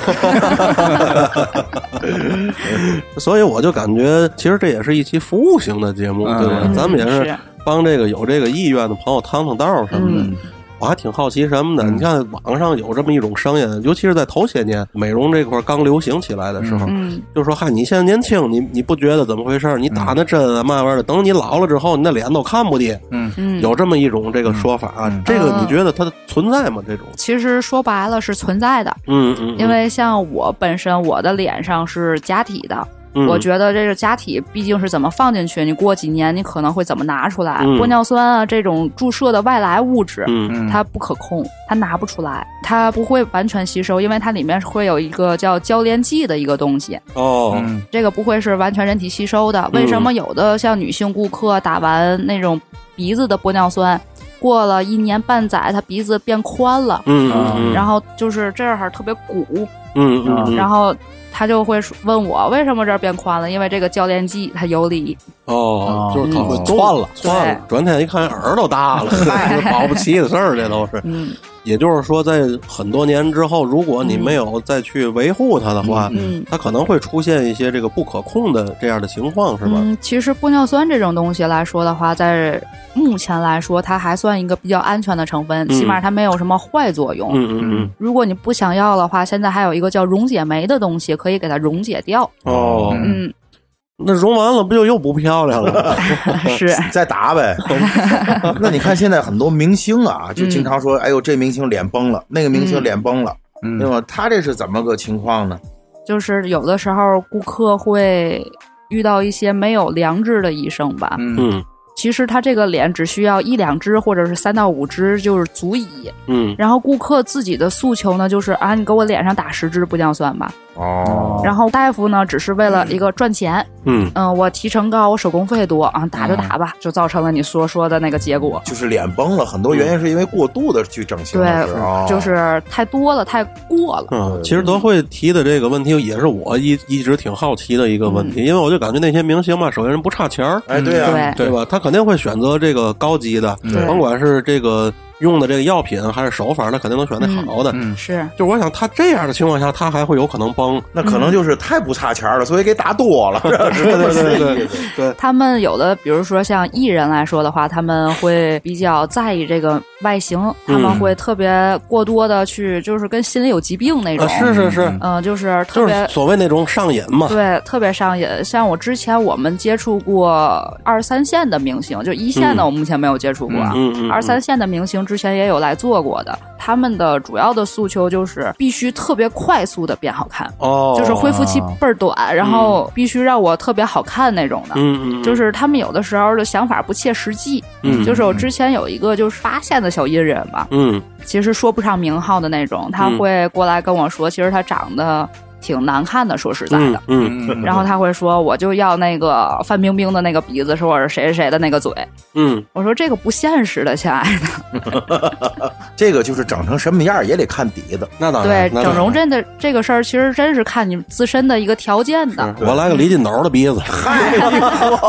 A: 所以我就感觉，其实这也是一期服务型的节目，
C: 嗯
A: 对吧？
D: 嗯
A: 咱们也是
D: 是
A: 帮这个有这个意愿的朋友趟趟道儿什么的。
D: 嗯
A: 我还挺好奇什么的，
C: 嗯
A: 你看网上有这么一种声音，尤其是在头些年美容这块儿刚流行起来的时候，
D: 嗯，
A: 就说嗨，你现在年轻，你你不觉得怎么回事儿？你打那针啊，嘛玩意儿的，等你老了之后，你那脸都看不见。
C: 嗯
D: 嗯
A: 有这么一种这个说法啊
C: 嗯，
A: 这个
D: 嗯
A: 你觉得它存在吗？这种，
D: 其实说白了是存在的，
A: 嗯嗯，
D: 因为像我本身我的脸上是假体的，我
A: 得，
D: 觉得这个假体毕竟是怎么放进去，你过几年你可能会怎么拿出来。
A: 嗯
D: 玻尿酸啊这种注射的外来物质，
A: 嗯
C: 嗯
D: 它不可控，它拿不出来，它不会完全吸收，因为它里面会有一个叫交联剂的一个东西，
A: 哦，
C: 嗯
D: 这个不会是完全人体吸收的。
A: 嗯
D: 为什么有的像女性顾客打完那种鼻子的玻尿酸，过了一年半载，她鼻子变宽了，
A: 嗯
C: 啊
A: 嗯，
D: 然
A: 后
D: 后就是这儿特别鼓，
A: 嗯嗯，
D: 然
A: 后
D: 后他就会说问我为什么这儿变宽了，因为这个教练剂它游离。
A: 哦
C: 哦，
A: 就是它会
C: 嗯
A: 动
C: 窜了
A: 窜了，转天一看耳朵大了， 这是保不齐的事儿，这都是。
D: 嗯
A: 也就是说，在很多年之后，如果你没有再去维护它的话，
D: 嗯
A: 它可能会出现一些这个不可控的这样的情况，是吧？
D: 嗯，其实玻尿酸这种东西来说的话，在目前来说，它还算一个比较安全的成分，
A: 嗯
D: 起码它没有什么坏作用。
A: 嗯嗯嗯，
D: 如果你不想要的话，现在还有一个叫溶解酶的东西，可以给它溶解掉。
A: 哦，
D: 嗯，
A: 那融完了不就又不漂亮了？
D: 嗯是，
B: 再打 呗。那你看现在很多明星啊，
D: 嗯
B: 就经常说，哎呦，这明星脸崩了，那个明星脸崩了，对
C: 嗯
B: 吧？他这是怎么个情况呢？
D: 就是有的时候顾客会遇到一些没有良知的医生吧。
C: 嗯
A: 嗯
D: 其实他这个脸只需要一两支或者是三到五支就是足以。
A: 嗯
D: 然后顾客自己的诉求呢，就是啊，你给我脸上打十支玻尿酸吧。
B: 哦，
D: 然后大夫呢，只是为了一个赚钱，
A: 嗯，
D: 嗯，我提成高，我手工费多啊，打就打吧，就造成了你所说的那个结果。
B: 就是脸崩了，很多原因是因为过度的去整形
D: 对
B: 了，是吧，哦
D: 就是太多了，太过了。
A: 嗯，其实德惠提的这个问题也是我一一直挺好奇的一个问题，因为我就感觉那些明星嘛，首先人不差钱儿，
B: 哎，对呀、
D: 嗯对
A: 对吧？他肯定会选择这个高级的，
C: 嗯
D: 对
A: 甭管是这个用的这个药品还是手法，他肯定能选那好的。
C: 嗯
D: 是，
A: 就我想，他这样的情况下，他还会有可能崩。
B: 那可能就是太不差钱了，所以给打多了，是这么个意思。
A: 呃
D: 他们有的，比如说像艺人来说的话，他们会比较在意这个外形，他们
A: 嗯
D: 会特别过多的去，就是跟心里有疾病那种，
A: 啊，是是是，
C: 嗯
D: 嗯，就是特
A: 就
D: 别
A: 是所谓那种上瘾嘛。
D: 对，特别上瘾。像我之前我们接触过二三线的明星，就一线的
A: 嗯
D: 我目前没有接触过啊。
A: 嗯嗯，
D: 二三线的明星之前也有来做过的，他们的主要的诉求就是必须特别快速的变好看，
A: 哦，嗯
D: 就是恢复期倍儿短，然后必须让我特别好看那种的。
A: 嗯，嗯嗯，
D: 就是他们有的时候的想法不切实际，
A: 嗯
D: 就是我之前有一个就是八线的小艺人吧，
A: 嗯
D: 其实说不上名号的那种，他
A: 嗯
D: 会过来跟我说，其实他长得挺难看的，说实在的
A: 嗯。嗯
C: 嗯，
D: 然后他会说，我就要那个范冰冰的那个鼻子，说我是谁谁谁的那个嘴。
A: 嗯，
D: 我说这个不现实的，亲爱的。
B: 这个就是长成什么样儿也得看底子。
A: 那当
D: 对
A: 啊然，，那
D: 整
A: 当然
D: 容真的这个事儿，其实真是看你自身的一个条件的。
A: 我来个李锦头的鼻子，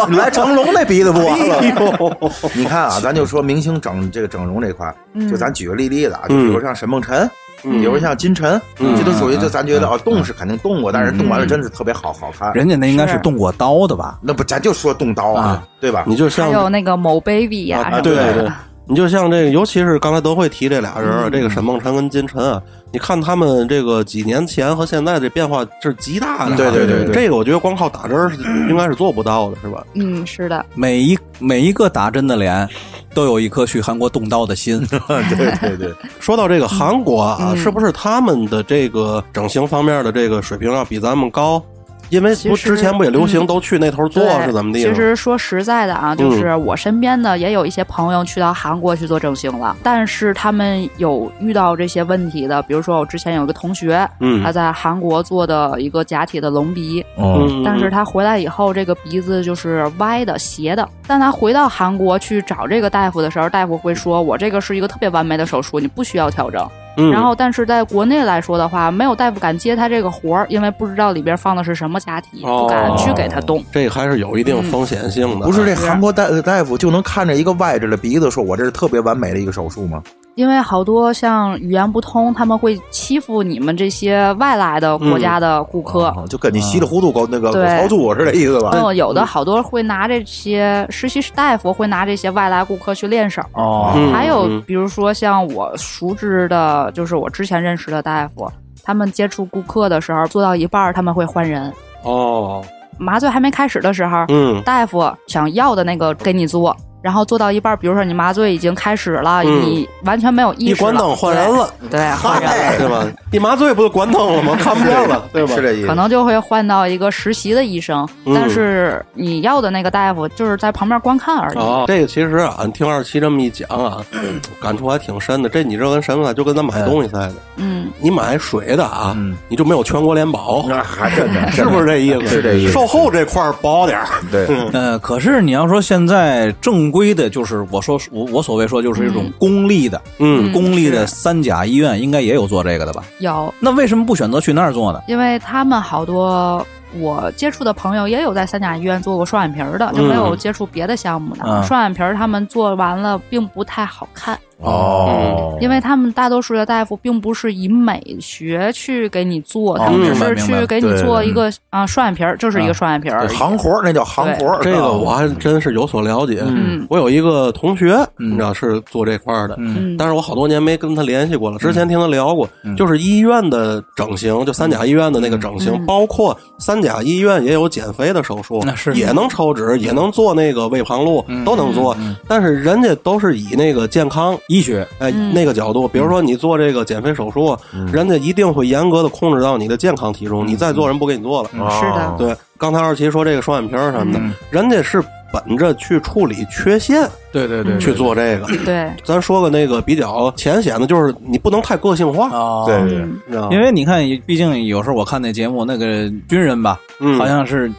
B: 你来成龙那鼻子不完了？你看啊，咱就说明星整这个整容这块儿，
D: 嗯
B: 就咱举个例例子啊，就比如像沈梦辰，比
A: 嗯
B: 如像金晨，
A: 嗯
B: 这都属于就咱觉得
C: 嗯
B: 啊，动是肯定动过，但是动完了
D: 嗯
B: 真是特别好好看。
C: 人家那应该是
D: 是
C: 动过刀的吧？
B: 那不，咱就说动刀啊
C: 啊，
B: 对吧？
A: 你就
D: 还
A: 像
D: 有那个某 baby 呀、
A: 啊，
D: 什
A: 对
D: 么
A: 对对
D: 的，，
A: 你就像这个，尤其是刚才德惠提这俩人儿，
D: 嗯
A: 这个沈梦辰跟金晨啊，你看他们这个几年前和现在这变化这是极大的啊，
B: 对对对对
A: 这个我觉得光靠打针儿是应该是做不到的，是吧？
D: 嗯，是的，
C: 每一每一个打针的脸，都有一颗去韩国动刀的心。
B: 对对对，
A: 说到这个韩国啊，
D: 嗯
A: 是不是他们的这个整形方面的这个水平要比咱们高？因为
D: 其
A: 不
D: 实
A: 之前不也流行
D: 嗯
A: 都去那头做
D: 对
A: 是怎么地吗？嗯
D: 其实说实在的啊，就是我身边的也有一些朋友去到韩国去做整形了，但是他们有遇到这些问题的，比如说我之前有一个同学，
A: 嗯
D: 他在韩国做的一个假体的隆鼻，
C: 哦，
A: 嗯，
D: 但是他回来以后，这个鼻子就是歪的、斜的。但他回到韩国去找这个大夫的时候，大夫会说：“我这个是一个特别完美的手术，你不需要调整。”
A: 嗯
D: 然后，但是在国内来说的话，没有大夫敢接他这个活儿，因为不知道里边放的是什么假体，
A: 哦
D: 不敢去给他动。
A: 这个还是有一
D: 嗯
A: 定风险性的，啊
B: 不是这韩国大呃大夫就能看着一个歪着的鼻子说，我这是特别完美的一个手术吗？
D: 因为好多像语言不通，他们会欺负你们这些外来的国家的顾客。
A: 嗯
B: 啊就跟你稀里糊涂搞那个
D: 对
B: 搞操作是这意思吧？
D: 嗯，有的好多会拿这些实习大夫会拿这些外来顾客去练手，
C: 哦，
A: 嗯
D: 还有
A: 嗯
D: 比如说像我熟知的，就是我之前认识的大夫，他们接触顾客的时候，做到一半儿他们会换人。
A: 哦，
D: 麻醉还没开始的时候，
A: 嗯
D: 大夫想要的那个给你做，然后做到一半儿，比如说你麻醉已经开始了，
A: 嗯
D: 你完全没有意
A: 一
D: 识了，
A: 关灯换人了，
D: 对，对，换人了。
A: 嗨，对吧？一麻醉不就关灯了 吗？看不见了，对吧？
B: 是这意思
D: 可。能就会换到一个实习的医生，
A: 嗯
D: 但是你要的那个大夫就是在旁边观看而已。
A: 哦， 这个其实啊，你听二七这么一讲啊， 感触还挺深的。这你这跟什么呢？就跟咱买东西似的，
D: 嗯，
A: 你买水的啊，
C: 嗯
A: 你就没有全国联保，
B: 那还真 的
A: 是不是？这意思？
B: 啊是这意思
A: 售后这块儿薄点儿，
B: 对，
C: 呃，可是你要说现在正规的，就是我说我我所谓说就是一种
D: 嗯
C: 公立的，
A: 嗯
C: 公立的三甲医院应该也有做这个的吧？
D: 有，
C: 那为什么不选择去那儿做呢？
D: 因为他们好多我接触的朋友也有在三甲医院做过双眼皮儿的，就没
A: 嗯
D: 有接触别的项目的。
C: 嗯
D: 双眼皮儿他们做完了并不太好看，
B: 哦
D: 嗯因为他们大多数的大夫并不是以美学去给你做，他们
A: 明
D: 只
C: 白
D: 是
C: 明白
D: 去给你
B: 对
D: 做一个啊双眼皮儿，就是一个双眼皮儿而已。
B: 行活儿那叫行活儿，
A: 这
B: 知
A: 个
B: 道吗哦
A: 我还真是有所了解。
D: 嗯
A: 我有一个同学，
C: 嗯
A: 你知道是做这块儿的。
C: 嗯
D: 嗯，
A: 但是我好多年没跟他联系过了。之前听他聊过，
C: 嗯
A: 就是医院的整形，就三甲医院的那个整形，
D: 嗯
A: 包括三甲医院也有减肥的手术，
C: 那是
A: 也能抽脂，也能做那个胃旁路，
C: 嗯
A: 都能做。
C: 嗯
A: 但是人家都是以那个健康。
C: 医学嗯
A: 哎，
D: 嗯
A: 那个角度，比如说你做这个减肥手术，人家一定会严格的控制到你的健康体重，你再
C: 嗯
A: 做人不给你做了。
D: 是的，
A: 对，刚才二奇说这个双眼皮儿什么的，
C: 哦嗯
A: 人家是本着去处理缺陷
C: 对对
D: 对
A: 去做这个。
D: 对，
A: 咱说个那个比较浅显的，就是你不能太个性化，
C: 哦，
B: 对对对
D: 嗯，
A: 你知道吗？
C: 因为你看，毕竟有时候我看那节目，那个军人吧，
A: 嗯
C: 好像是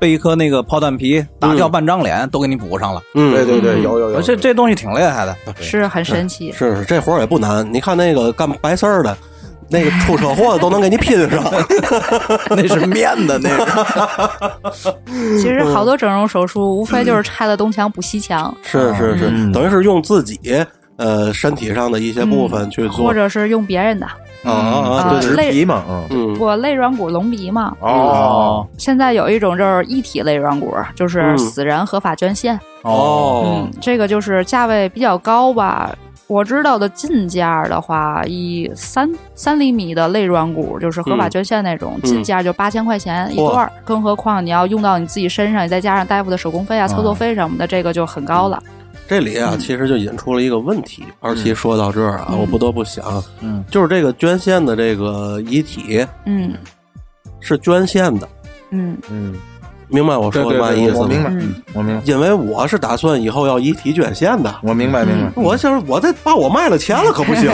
C: 被一颗那个炮弹皮打掉
A: 嗯
C: 半张脸，都给你补上了。
A: 嗯
B: 对对对，
D: 嗯
B: 有有有，
C: 这这东西挺厉害的。
D: 是很神奇。
A: 是是这活儿也不难。你看那个干白事儿的，那个出车祸的都能给你拼上。
C: 那是面的，那个
D: 其实好多整容手术无非就是拆了东墙补西墙，
A: 是是是，
B: 嗯
A: 等于是用自己呃身体上的一些部分去做
D: 或者是用别人的，
A: 啊
C: 嗯
A: 啊啊，对
D: 啊
A: 对
B: 植
D: 类
B: 皮嘛，嗯，
A: 嗯
D: 我肋软骨隆鼻嘛，
B: 哦，
D: 现在有一种就是一体肋软骨，就是
A: 嗯
D: 死人合法捐献。
A: 哦
D: 嗯，这个就是价位比较高吧。我知道的进价的话，以三三厘米的肋软骨，就是合法
A: 嗯
D: 捐献那种，进价就八千块钱一
A: 嚯
D: 段儿。
A: 啊
D: 更何况你要用到你自己身上，你再加上大夫的手工费啊、操作费什么的，这个就很高了。
A: 这里啊，其实就引出了一个问题。二
B: 嗯
A: 七说到这儿啊，我不得不想，
C: 嗯，
A: 就是这个捐献的这个遗体
D: 嗯
A: 是捐献的，
D: 嗯
B: 嗯，
A: 明白我说的嘛意思吗？
B: 我明白
D: 嗯，
B: 我明白，
A: 因为我是打算以后要遗体捐献的，
B: 我明白，明白。
A: 我想我这把我卖了钱了可不行。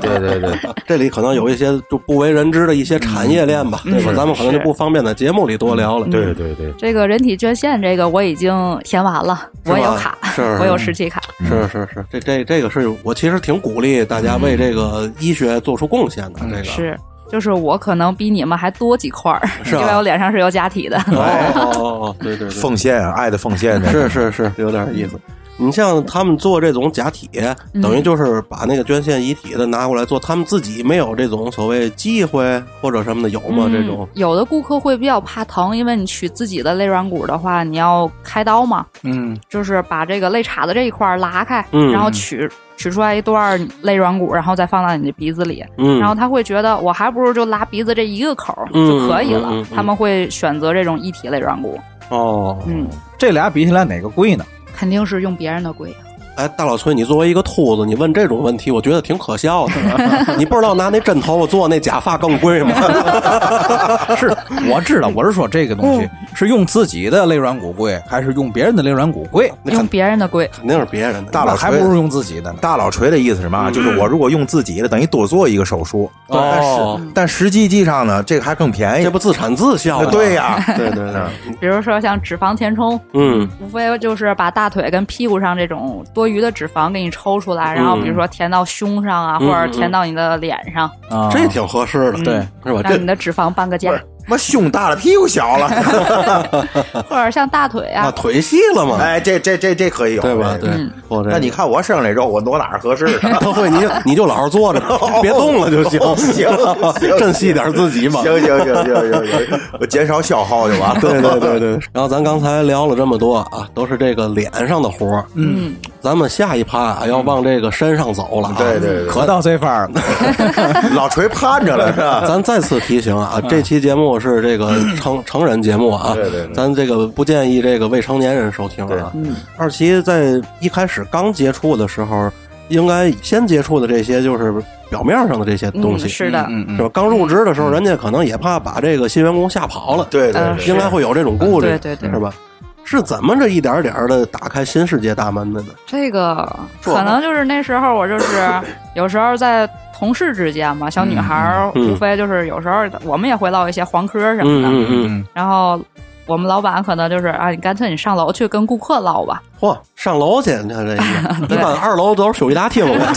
B: 对对对，
A: 这里可能有一些就不为人知的一些产业链吧，对吧？咱们可能就不方便在节目里多聊了。
B: 对对对，
D: 这个人体捐献这个我已经填完了，
A: 是吧
D: 我有卡，
A: 是啊
D: 我有实体卡。
A: 是是是，这这这个是我其实挺鼓励大家为这个医学做出贡献的，这个
D: 是，就是我可能比你们还多几块儿，
A: 是啊
D: 因为我脸上是有假体的。
A: 哦哦哦哦，对对对，
B: 奉献啊，爱的奉献呢，
A: 是是是，有点意思。你像他们做这种假体，
D: 嗯
A: 等于就是把那个捐献遗体的拿过来做，他们自己没有这种所谓忌讳或者什么的，有吗？这种
D: 嗯有的顾客会比较怕疼，因为你取自己的肋软骨的话，你要开刀嘛，
C: 嗯，
D: 就是把这个肋叉子这一块儿拉开，
A: 嗯
D: 然后取取出来一段肋软骨，然后再放到你的鼻子里。
A: 嗯，
D: 然后他会觉得，我还不如就拉鼻子这一个口儿
A: 嗯
D: 就可以了。
A: 嗯嗯嗯
D: 他们会选择这种一体肋软骨，
A: 哦，
D: 嗯，
C: 这俩比起来哪个贵呢？
D: 肯定是用别人的贵。
A: 哎，大老崔，你作为一个秃子，你问这种问题，我觉得挺可笑 的。你不知道拿那针头做那假发更贵吗？
C: 是，我知道，我是说这个东西是用自己的肋软骨贵，还是用别人的肋软骨贵？
A: 那
D: 用
A: 肯
D: 别人的贵，
A: 肯定是别人的。
B: 大佬
C: 那还不如用自己的呢。
B: 大老锤的意思是嘛？就是我如果用自己的，等于多做一个手术。
A: 哦
B: 但是但实际际上呢，这个还更便宜
A: 这。不啊自产自销吗？
B: 哎对呀，
A: 对对对，
D: 比如说像脂肪填充，
A: 嗯
D: 无非就是把大腿跟屁股上这种多余的脂肪给你抽出来，然后比如说填到胸上啊，
A: 嗯
D: 或者填到你的脸上，
C: 啊，
A: 这挺合适的，
C: 对
A: 是吧？这
D: 让你的脂肪搬个家，
B: 妈胸大了，屁股小了。
D: 或者像大腿
A: 啊
D: 啊，
A: 腿细了嘛，
B: 哎，这这这这可以有，
A: 对吧？
B: 这
A: 对
B: 个，
A: 我这
B: 那你看我身上这肉，我挪哪儿合适？啊
A: 大会，你你就老实坐着，别动了就行。
B: 行哦 行
A: 珍惜点自己吧。
B: 行行行行行行，我减少消耗就完了。
A: 对对对对。然后咱刚才聊了这么多啊，都是这个脸上的活儿。
D: 嗯，
A: 咱们下一趴啊，要往这个身上走了啊。
B: 对对对
C: 可到这番儿了。
B: 老锤盼着了是吧？
A: 咱再次提醒啊，这期节目是这个成成人节目啊，
B: 嗯对对对
A: 咱这个不建议这个未成年人收听啊。
D: 嗯
A: 二七在一开始刚接触的时候，应该先接触的这些就是表面上的这些东西，
D: 嗯是的
C: 嗯嗯
A: 是吧？刚入职的时候，人家可能也怕把这个新员工吓跑了，
B: 对对
D: 嗯
B: 对，
A: 应该会有这种顾虑，
D: 对对对
A: 是吧？是怎么这一点点的打开新世界大门的呢？
D: 这个
A: 做
D: 可能就是那时候我就是 有时候在同事之间嘛，小女孩儿
A: 嗯嗯
D: 无非就是有时候我们也会唠一些黄科什么的，
A: 嗯嗯嗯，
C: 嗯，
D: 然后我们老板可能就是啊，你干脆你上楼去跟顾客唠吧，
A: 嚯，上楼去，你看这一 个，一般二楼都是休息大厅了，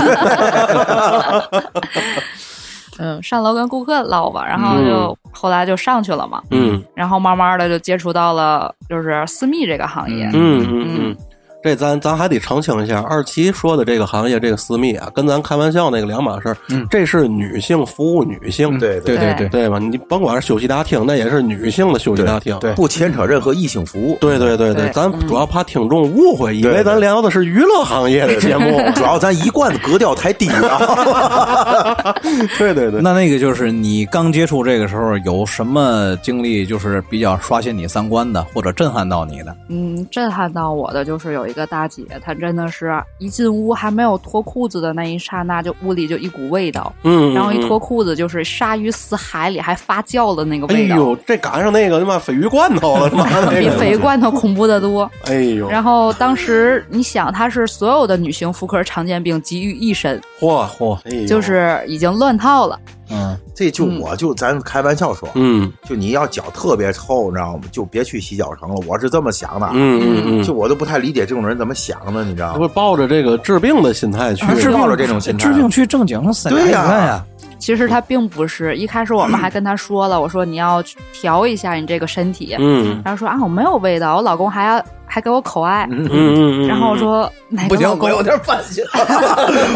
D: 嗯，上楼跟顾客唠吧，然后
A: 嗯
D: 就、后来就上去了嘛，
A: 嗯
D: 然后慢慢的就接触到了就是私密这个行业，
A: 嗯嗯嗯，这咱咱还得澄清一下，二七说的这个行业这个私密啊，跟咱开玩笑那个两码事儿。
C: 嗯
A: 这是女性服务女性，
B: 对
C: 对
D: 对
C: 对，
A: 对吧？你甭管是休息大厅，那也是女性的休息大厅。
C: 对
B: 不牵扯任何异性服务。
A: 嗯对对对
D: 对
A: 咱
D: 嗯
A: 主要怕听众误会，以
B: 对
A: 为
B: 对
A: 咱聊的是娱乐行业 的节目。
B: 主要咱一贯的格调太低了，
A: 对对对，
C: 那那个就是你刚接触这个时候有什么经历，就是比较刷新你三观的，或者震撼到你的？
D: 嗯，震撼到我的就是有一个大姐，她真的是一进屋还没有脱裤子的那一刹那，就屋里就一股味道，
A: 嗯，
D: 然后一
A: 嗯
D: 脱。裤子就是鲨鱼死海里还发酵的那个
A: 哎
D: 味道，
A: 呦，哎这赶上那个他妈鲱鱼罐头了，他妈的那
D: 比
A: 个！
D: 鲱鱼罐头恐怖的多。
A: 哎呦，
D: 然后当时你想，她是所有的女性妇科常见病集于一身，
A: 嚯嚯，哎呦
D: 就是已经乱套了。
C: 嗯，
B: 这就我就咱开玩笑说，
A: 嗯
B: 就你要脚特别臭，你知道吗？就别去洗脚城了，我是这么想的。啊
A: 嗯嗯嗯，
B: 就我都不太理解这种人怎么想的，你知道吗
A: 会？抱着这个治病的心态去，
B: 是抱着这种心态
C: 治病去正经三
B: 对呀
C: 呀呀，
D: 其实她并不是，一开始我
A: 嗯
D: 们还跟她说了，我说你要去调一下你这个身体，
A: 嗯
D: 然后说啊我没有味道，我老公还要还给我口爱，
A: 嗯嗯嗯，
D: 然后我说哪个老公
B: 点犯心，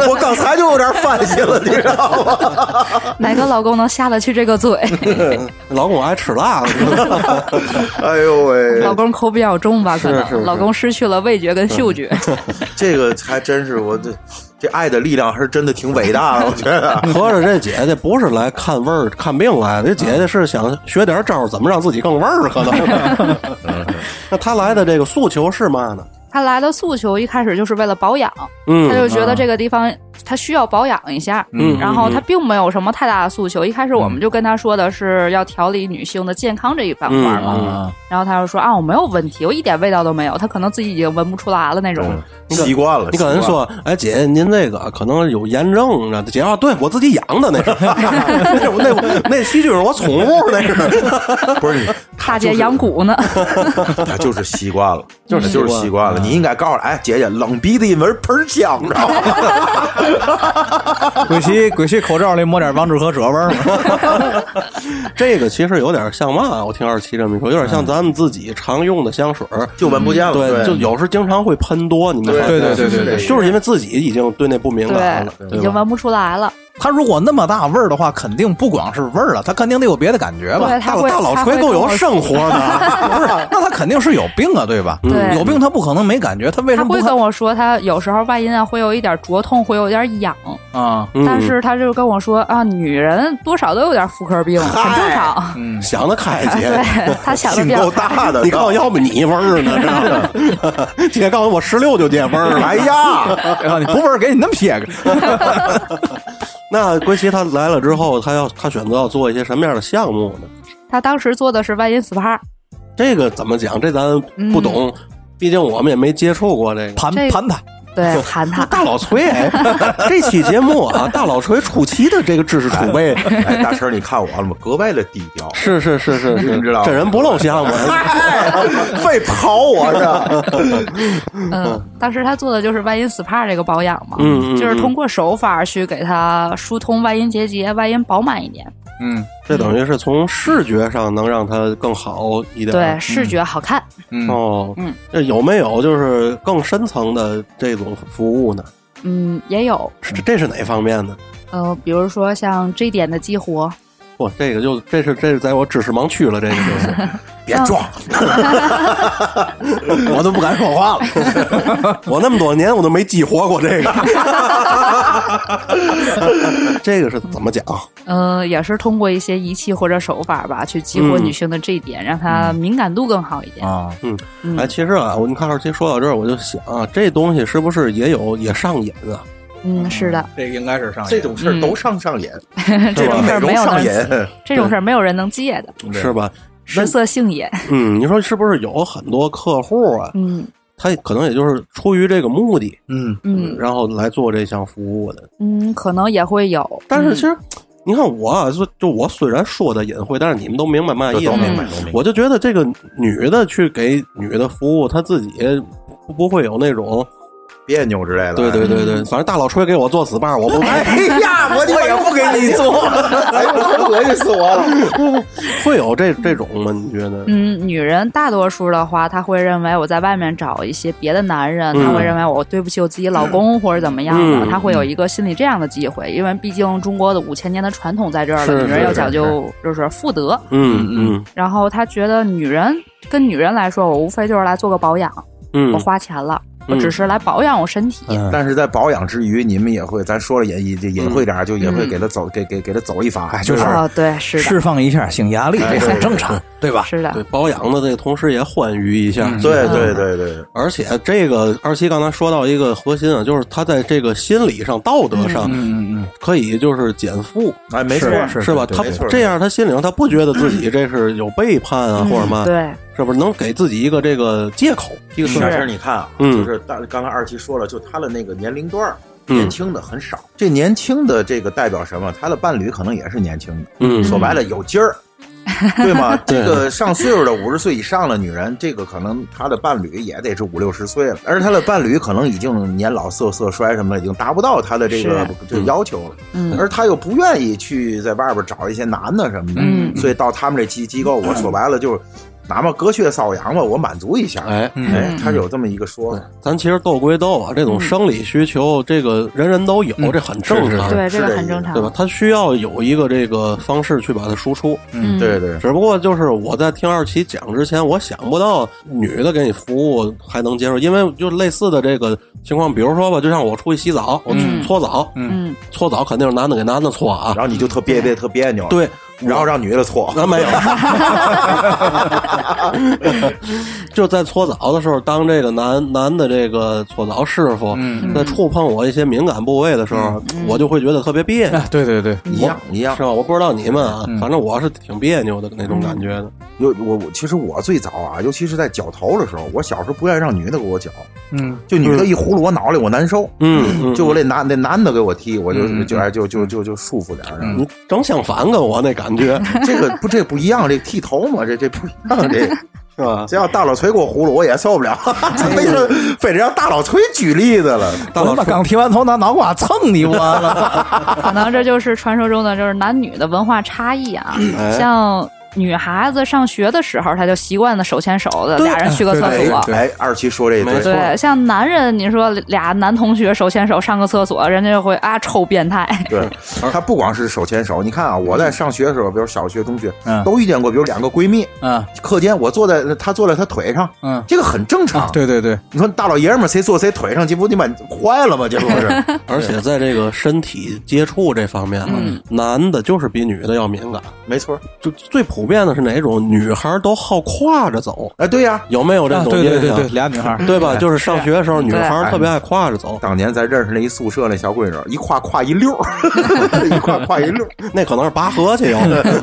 B: 我刚才就有点犯心了，你知道吗？
D: 哪个老公能下得去这 个嘴？
A: 老公爱吃辣 的，
B: 哎呦喂，
D: 老公口比较重吧，可
A: 是是是嗯
D: 能老公失去了味觉跟嗅觉。
B: 这个还真是我这这爱的力量还是真的挺伟大的，我觉得。
A: 合着这姐姐不是来看味儿、看病来的，这姐姐是想学点 招儿，怎么让自己更味儿，可能。那她来的这个诉求是嘛呢？
D: 他来的诉求一开始就是为了保养，
A: 嗯
D: 他就觉得
C: 啊
D: 这个地方他需要保养一下。
A: 嗯
D: 然后他并没有什么太大的诉求，一开始我们就跟他说的是要调理女性的健康这一板块嘛，
A: 嗯
C: 啊，
D: 然后他就说啊我没有问题，我一点味道都没有，他可能自己已经闻不出来了那种。
A: 嗯
B: 习惯了。
A: 你可能
B: 习惯了，
A: 说，哎，姐，您这个可能有炎症啊？姐啊，对我自己养的那 是，那是我那我那细菌是我宠物，那是。
B: 不是你，
D: 大姐养蛊呢，
B: 他就是习惯了，
A: 就
B: 就是
A: 习
B: 是
A: 惯
B: 就是习惯了。你应该告诉他，哎，姐姐，冷鼻涕一闻喷儿香，知 道吗？
C: 鬼泣鬼泣口罩里抹点王致和褶味儿 嘛，
A: 这个其实有点像嘛，我听二七这么一说，有
B: 嗯
A: 点像咱们自己常用的香水儿，
B: 就闻不见了，
A: 对，
B: 对，
A: 就有时经常会喷多，你们
B: 对
A: 发现
C: 对对对对
A: 吗
B: 对
A: 就是因为自己已经嗯对那不敏感了，
D: 已经闻不出来了。
C: 它如果那么大味儿的话，肯定不光是味儿了，它肯定得有别的感觉吧？
D: 对，
A: 大
D: 他
A: 老
D: 会
A: 大老
D: 他
A: 崔
D: 会
A: 够有
D: 跟我
A: 生活 的，
C: 不是，那他肯定是有病啊，对吧？
D: 对
C: 有病他不可能没感觉，他为
D: 他
C: 什么不
D: 会
C: 看
D: 跟我说，他有时候外阴啊会有一点灼痛，会有点痒，
C: 啊？
A: 嗯
D: 但是他就跟我说啊，女人多少都有点妇科病，很正常。
C: 嗯，
A: 想得开，姐。
D: 对他想的
B: 挺
D: 比较
B: 够大的。
A: 你看，要不你味儿呢？是吧 姐告诉我十六就见味儿了
B: 哎。 呀，
C: 然后你不味儿给你那么些个，
A: 那归西他来了之后，他要他选择要做一些什么样的项目呢？
D: 他当时做的是外阴 SPA，
A: 这个怎么讲？这咱不
D: 嗯
A: 懂，毕竟我们也没接触过这个。。
B: 嗯
C: 盘
D: 这
C: 盘它，
D: 对，盘他
A: 嗯 大老崔，哎 这期节目啊，大老崔初期的这个知识储 备，。
B: 哎，大成，你看我了吗？格外的低调
A: 是是是是是，
B: 你知道吗
A: 这人不露相 嘛。
B: 非刨 我这，
D: 嗯，当时他做的就是外阴 SPA 这个保养嘛，
A: 嗯嗯嗯
D: 就是通过手法去给他疏通外阴结节，外阴饱满一点，
C: 嗯
A: 这等于是从视觉上能让他更好一点。
D: 对，视觉好看。
C: 嗯，
A: 哦，
D: 嗯，
A: 这有没有就是更深层的这种服务呢？
D: 嗯，也有，
A: 是这是哪方面呢？
D: 呃，比如说像 G 点的激活，
A: 哇，这个就这是这是在我知识盲区了，这个就是，
B: 别 装，
C: 我都不敢说话了。
A: 我那么多年我都没激活过这个， 这个是怎么讲？
D: 嗯、也是通过一些仪器或者手法吧，去激活
A: 嗯
D: 女性的这一点，让她敏感度更好一点。
C: 啊，
D: 嗯
A: 哎，其实啊，我你看二七说到这儿，我就想啊，这东西是不是也有也上瘾啊？
D: 嗯，是的，
C: 这个应该是上
B: 这种事儿都上上瘾，
D: 这
B: 吧
D: 种事
B: 美
D: 儿
B: 容
D: 没有
B: 上
D: 人，
B: 瘾，
D: 这种事儿没有人能戒的，
A: 是吧？
D: 食色性也。
A: 嗯，你说是不是有很多客户啊，
D: 嗯
A: 他可能也就是出于这个目的，
C: 嗯，
D: 嗯
A: 然后来做这项服务的。
D: 嗯，可能也会有，
A: 但是
D: 嗯
A: 其实，你看我啊，就就我虽然说的隐晦，但是你们都明白嘛意思
B: 都
A: 吗，
B: 明
D: 白
B: 白，都明白。
A: 我就觉得这个女的去给女的服务，她自己不不会有那种，
B: 别扭之类的，
A: 对对对对，反正大老吹给我做 SPA，我不
B: 哎
A: 会
B: 呀，我我也不给你做，哎呦，恶心死我了！
A: 会有这这种吗？你觉得？
D: 嗯，女人大多数的话，她会认为我在外面找一些别的男人，
A: 嗯
D: 她会认为我对不起我自己老公或者怎么样的，
A: 嗯
D: 她会有一个心理这样的忌讳，因为毕竟中国的五千年的传统在这儿
A: 是
D: 了，女
A: 是
D: 人要
A: 是
D: 讲究就是妇德，
A: 嗯嗯
D: 然后她觉得女人跟女人来说，我无非就是来做个保养，
A: 嗯
D: 我，花钱了，我
A: 嗯
D: 只是来保养我身体，
A: 嗯
B: 但是在保养之余，你们也会，咱说了也也也会点儿，就也会给他走，给给给他走一发，哎，
C: 就是
D: 啊，对，是的，
C: 释放一下性压力，
B: 哎
C: 这
B: 对
C: 很
B: 对
C: 正常，对吧？
D: 是的，
A: 对啊保养的这个同时也欢愉一下。
C: 嗯
B: 对对对对，
A: 而且这个二七刚才说到一个核心啊，就是她在这个心理上、道德上
C: 嗯嗯嗯，
A: 可以就是减负，
B: 哎，没错，
C: 是
A: 是吧？
C: 对
A: 她
B: 没错
A: 这样，她心里上她不觉得自己这是有背叛啊
D: 嗯
A: 或者嘛，
D: 对，
A: 是不是能给自己一个这个借口？一个
D: 是
B: 大成，你看啊，
A: 嗯
B: 就是大刚才二七说了，就他的那个年龄段儿，
A: 嗯
B: 年轻的很少。这年轻的这个代表什么？他的伴侣可能也是年轻的，
A: 嗯
B: 说白了有劲儿，对吗？
A: 对
B: 这个上岁数的五十岁以上的女人，这个可能她的伴侣也得是五六十岁了，而她的伴侣可能已经年老色色衰什么的，已经达不到她的这个
D: 是
B: 这个要求了，
D: 嗯
B: 而她又不愿意去在外边找一些男的什么的，
D: 嗯
B: 所以到他们这机机构，我说白了就是。拿嘛隔靴搔痒吧，我满足一下。
A: 哎嗯
C: 嗯
B: 哎，他有这么一个说
A: 对
B: 法，，
A: 咱其实斗归斗啊，这
D: 嗯
A: 种生理需求，这个人人都有，
C: 嗯
A: 这很正常，
D: 对，这
B: 是
D: 个
B: 这
D: 很
B: 意思
D: 正常，
A: 对吧？他需要有一个这个方式去把它输出。
D: 嗯，
B: 对对，
A: 只不过就是我在听二七讲之前，我想不到女的给你服务还能接受，因为就类似的这个情况，比如说吧，就像我出去洗澡，我去
D: 嗯
A: 搓澡，
C: 嗯
D: 嗯
A: 搓澡肯定是男的给男的搓啊，
B: 然后你就特别别特别扭，，
A: 对。嗯
B: 然后让女的搓，
A: 那啊没有，就在搓澡的时候，当这个男男的这个搓澡师傅
C: 嗯
A: 在触碰我一些敏感部位的时候，我就会觉得特别别扭，
C: 哎，对对对，
B: 一样
C: 嗯
B: 一样
A: 是。吧？我不知道你们啊，反正我是挺别扭的那种感觉的。
B: 有我我其实我最早啊，尤其是在绞头的时候，我小时候不愿意让女的给我绞，
C: 嗯，
B: 就女的一葫芦我脑袋里我难受，
A: 嗯，
B: 就我那男那男的给我踢，我就
C: 嗯
B: 就哎就就就就舒服点儿。
C: 嗯
A: 你整相反跟我那感 觉
B: 这个不这不一样，这剃头嘛，这这不一样， 这
A: 是吧？
B: 只要大老锤给我葫芦我也受不了，为什么
C: 嗯
B: 非得让大老锤举例子 了？
A: 大
C: 我
A: 老
C: 他妈刚剃完头，拿脑瓜蹭你完 了，
D: 可能这就是传说中的就是男女的文化差异啊。像女孩子上学的时候，她就习惯的手牵手的，俩人去个厕
C: 对对
D: 所。
B: 哎，二七说这
A: 没
B: 对
A: 错，
D: 对，像男人，你说俩男同学手牵手上个厕所，人家就会啊臭变态。
B: 对，他不光是手牵手，你看啊，我在上学的时候，比如小学、中学
C: 嗯，
B: 都遇见过，比如两个闺蜜，
C: 嗯
B: 课间我坐在她坐在她腿上，
C: 嗯
B: 这个很正常
C: 啊，。对对对，
B: 你说大老爷们儿谁坐谁腿上，这不你妈坏了吗？这不是？
A: 而且在这个身体接触这方面啊，
C: 嗯
A: 男的就是比女的要敏感。
B: 没错儿，
A: 就最普遍的是哪种？女孩都好挎着走，
B: 哎，对呀，
A: 有没有这
C: 啊
A: 种
C: 对
A: 印象？
C: 对对对，俩女孩儿，
A: 对吧？就是嗯上学的时候，女
D: 对
A: 孩儿特别爱挎着走，
B: 当年咱认识那一宿舍那小闺女，一跨跨一溜儿， 一跨跨一溜儿，
A: 那可能是拔河去要。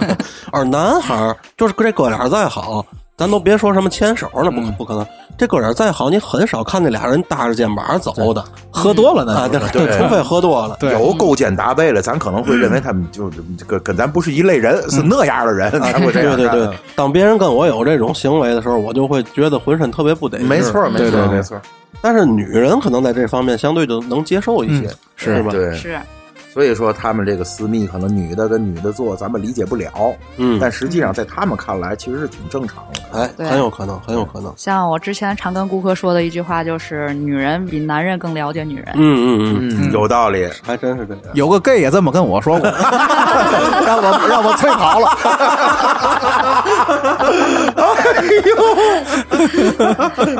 A: 而男孩儿就是这哥俩再好，咱都别说什么牵手了，不可不可能。这哥俩再好，你很少看那俩人搭着肩膀走的
C: 喝多了呢
A: 啊，，对
B: 对
A: 除非喝多了。
C: 对
B: 有勾肩搭背了，咱可能会认为他们就这个跟咱不是一类人，是那样的人
A: 嗯啊，
B: 才
A: 对
B: 会这
A: 对
B: 样。
A: 对对，，当别人跟我有这种行为的时候，我就会觉得浑身特别不得劲。
B: 没错儿，没
C: 对
B: 错
C: 对
B: 儿，
C: 对
B: 没错儿。
A: 但是女人可能在这方面相对就能接受一些，
C: 嗯
A: 是吧？
B: 对，
D: 是，
B: 所以说他们这个私密，可能女的跟女的做，咱们理解不了，
A: 嗯，
B: 但实际上在他们看来，其实是挺正常的。
A: 哎，
D: 对
A: 很有可能，很有可能。
D: 像我之前常跟顾客说的一句话就是，女人比男人更了解女人。
A: 嗯嗯嗯，
B: 嗯，有道理。
A: 还真是这样。
C: 有个 gay 也这么跟我说 过，让我让我催跑了。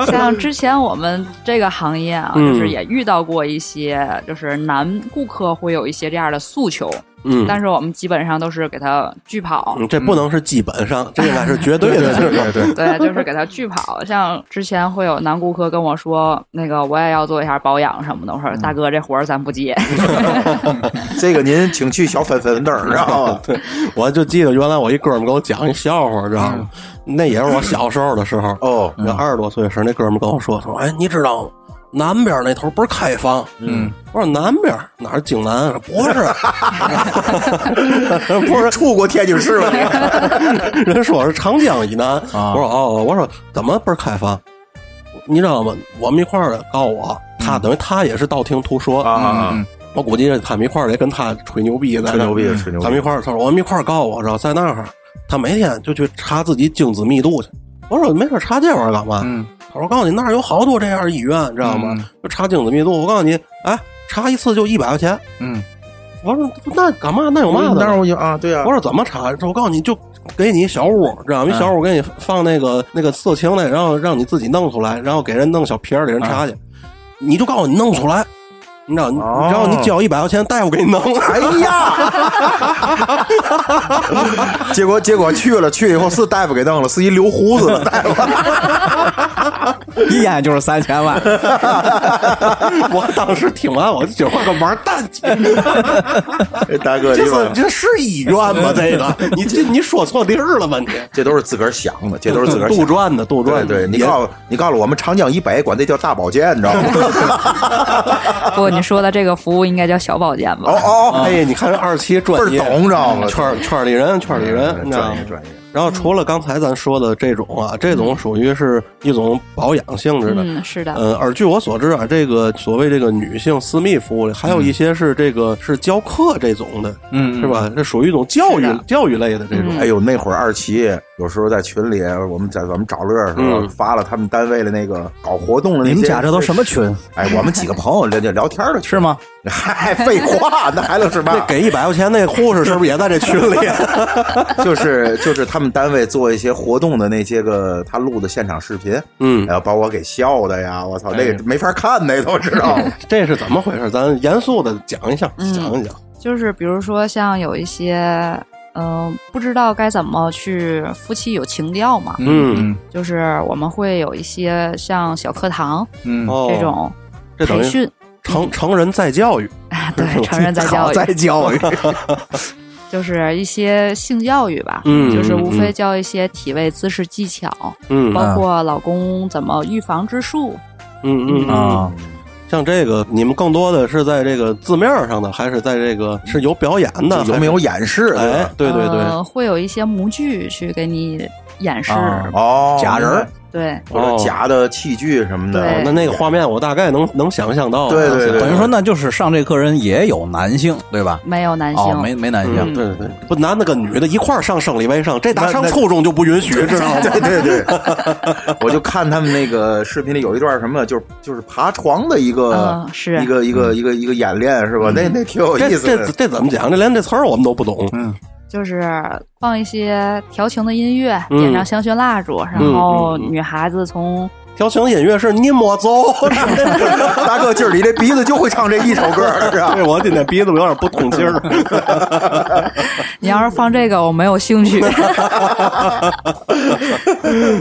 D: 像之前我们这个行业啊，
A: 嗯
D: 就是也遇到过一些，就是男顾客会有一些这样的诉求，
A: 嗯，
D: 但是我们基本上都是给他拒跑。
A: 嗯这不能是基本上，这应该是绝对
C: 对
A: 的。
C: 对
A: 是吧
C: 对
D: 对，
C: 对，
D: 就是给他拒跑。像之前会有男顾客跟我说，那个我也要做一下保养什么的。我
A: 嗯
D: 说大哥，这活儿咱不接。
B: 这个您请去小粉粉那 儿，知道吗？
A: 我就记得原来我一哥们给我讲一笑话，知道吗？那也是我小时候的时候，
B: 哦，
C: 嗯
A: 那二十多岁的时，候，那哥们跟我说说，哎，你知道吗？南边那头不是开放？嗯，我说南边哪儿京南啊？不 是，
B: 不是出过天津市 吗？
A: 人说是长江以南。 我
C: 啊
A: 说哦，我说怎么不是开放？你知道吗？我们一块儿的告诉我，他等于他也是道听途说
B: 啊
C: 嗯，
A: 我估计他们一块儿得跟他吹牛逼的，
B: 吹牛逼，吹牛
A: 他们一
B: 逼。
A: 块儿，他说我们一块儿告我，然后在那儿，他每天就去查自己精子密度去。我说没事儿查这玩意儿干嘛？
C: 嗯
A: 他说我告诉你那儿有好多这样的医院，你知道吗？
C: 嗯
A: 就查精子密度，我告诉你，哎，查一次就一百块钱。
C: 嗯，
A: 我说那干嘛？那有嘛的？
B: 当然我有啊，对呀
A: 我，说怎么查？他说我告诉你就给你一小屋，知道吗？一小
B: 嗯
A: 屋给你放那个那个色情的，然后让你自己弄出来，然后给人弄小瓶儿给人
B: 嗯
A: 查去，你就告诉你弄出来。你知道，你
B: 哦
A: 你知道你交一百块钱，大夫给你弄。
B: 哎呀，结果结果去了，去了以后是大夫给弄了，是一留胡 子的大夫。
C: 一眼就是三千万，
A: 我当时听完，我就觉得个玩蛋去，
B: 哎大哥，
A: 这
B: 你
A: 是
B: 们
A: 这是医院吗？这个，你这你说错地儿了吧？你
B: 这都是自个儿想的，这
C: 嗯
B: 都是自个儿想
A: 杜
B: 的。
A: 撰的，杜撰
B: 对
A: 的。
B: 对，你
A: 也
B: 告诉你告诉我们长江以北管这叫大保健，你知道吗？
D: 不过你说的这个服务应该叫小保健吧？
B: 哦哦，
A: 哎呀，你看这二期
B: 倍
A: 专
B: 儿
A: 业，
B: 懂，知道 吗？
A: 圈儿圈儿里人，圈儿里人，你知道
B: 专
A: 吗
C: 嗯
B: 业？专业。
A: 然
D: 嗯
A: 后除了刚才咱说的这种啊，这种属于是一种保养性质的。
D: 嗯，是的。
A: 呃，而据我所知啊，这个所谓这个女性私密服务里，还有
D: 嗯
A: 一些是这个是教课这种的，
C: 嗯
A: 是？吧？这属于一种教育
D: 是的
A: 教育类的这种
D: 嗯
B: 哎呦，那会儿二奇有时候在群里，我们在咱们找乐儿的时候
A: 嗯
B: 发了他们单位的那个搞活动的那些。
C: 你们家这都什么群
B: 哎，我们几个朋友聊聊聊天儿的群，
C: 是吗？
B: 嗨，废话，那还能 是
A: 那
B: 嘛？
A: 给一百块钱那护士是不是也在这群里？啊
B: 就是就是他们单位做一些活动的那些个他录的现场视频，
A: 嗯，
B: 然后把我给笑的呀！我操，那个没法看，那都知道吗。
A: 这是怎
D: 嗯
A: 么回事？咱严肃的讲一下，讲一讲。
D: 就是比如说像有一些呃，不知道该怎么去夫妻有情调嘛，
C: 嗯
D: 就是我们会有一些像小课堂
C: 嗯嗯，
A: 哦，
D: 这种
A: 这等
D: 培
A: 于
D: 训，
A: 成成人再教育，
D: 对成人在教
C: 好
D: 育，
C: 在教育，
D: 就是一些性教育吧，
A: 嗯
D: 就是无
A: 嗯
D: 非
A: 嗯
D: 教一些体位、姿势技巧，
A: 嗯嗯
D: 包括老公怎么预防之术。
A: 嗯嗯
C: 啊
A: 像这个，你们更多的是在这个字面上的，还是在这个是有表演的？
B: 有没有演示？
A: 还是？哎，对对对，
D: 呃，会有一些模具去给你演示，
C: 啊
B: 哦，
C: 假人儿
D: 对，
B: 或
A: 哦
B: 者假的器具什么的。
D: 对
A: 那那个画面我大概能能想象到。
B: 对对对
C: 等于说那就是上这课人也有男性对吧？
D: 没有男性，
C: 哦，没没男
A: 嗯
C: 性，
A: 对对对，不，男的跟女的一块儿上生理卫生，这打
B: 那
A: 上
B: 那
A: 初中就不允 许，知道吗？
B: 对对对，我就看他们那个视频里有一段什么，就是就是爬床的一个
D: 嗯是
B: 一个一个一个一个演练是吧？那那挺有
A: 这
B: 意思
A: 这
B: 的。
A: 这怎么讲？这连这词儿我们都不懂。
C: 嗯
D: 就是放一些调情的音乐，
A: 嗯
D: 点上香薰蜡烛，然后女孩子从
A: 调情音乐是你莫走，
B: 大哥，今儿你这鼻子就会唱这一首歌是吧？
A: 对我今天鼻子有点不通气 儿。
D: 你要是放这个，我没有兴趣。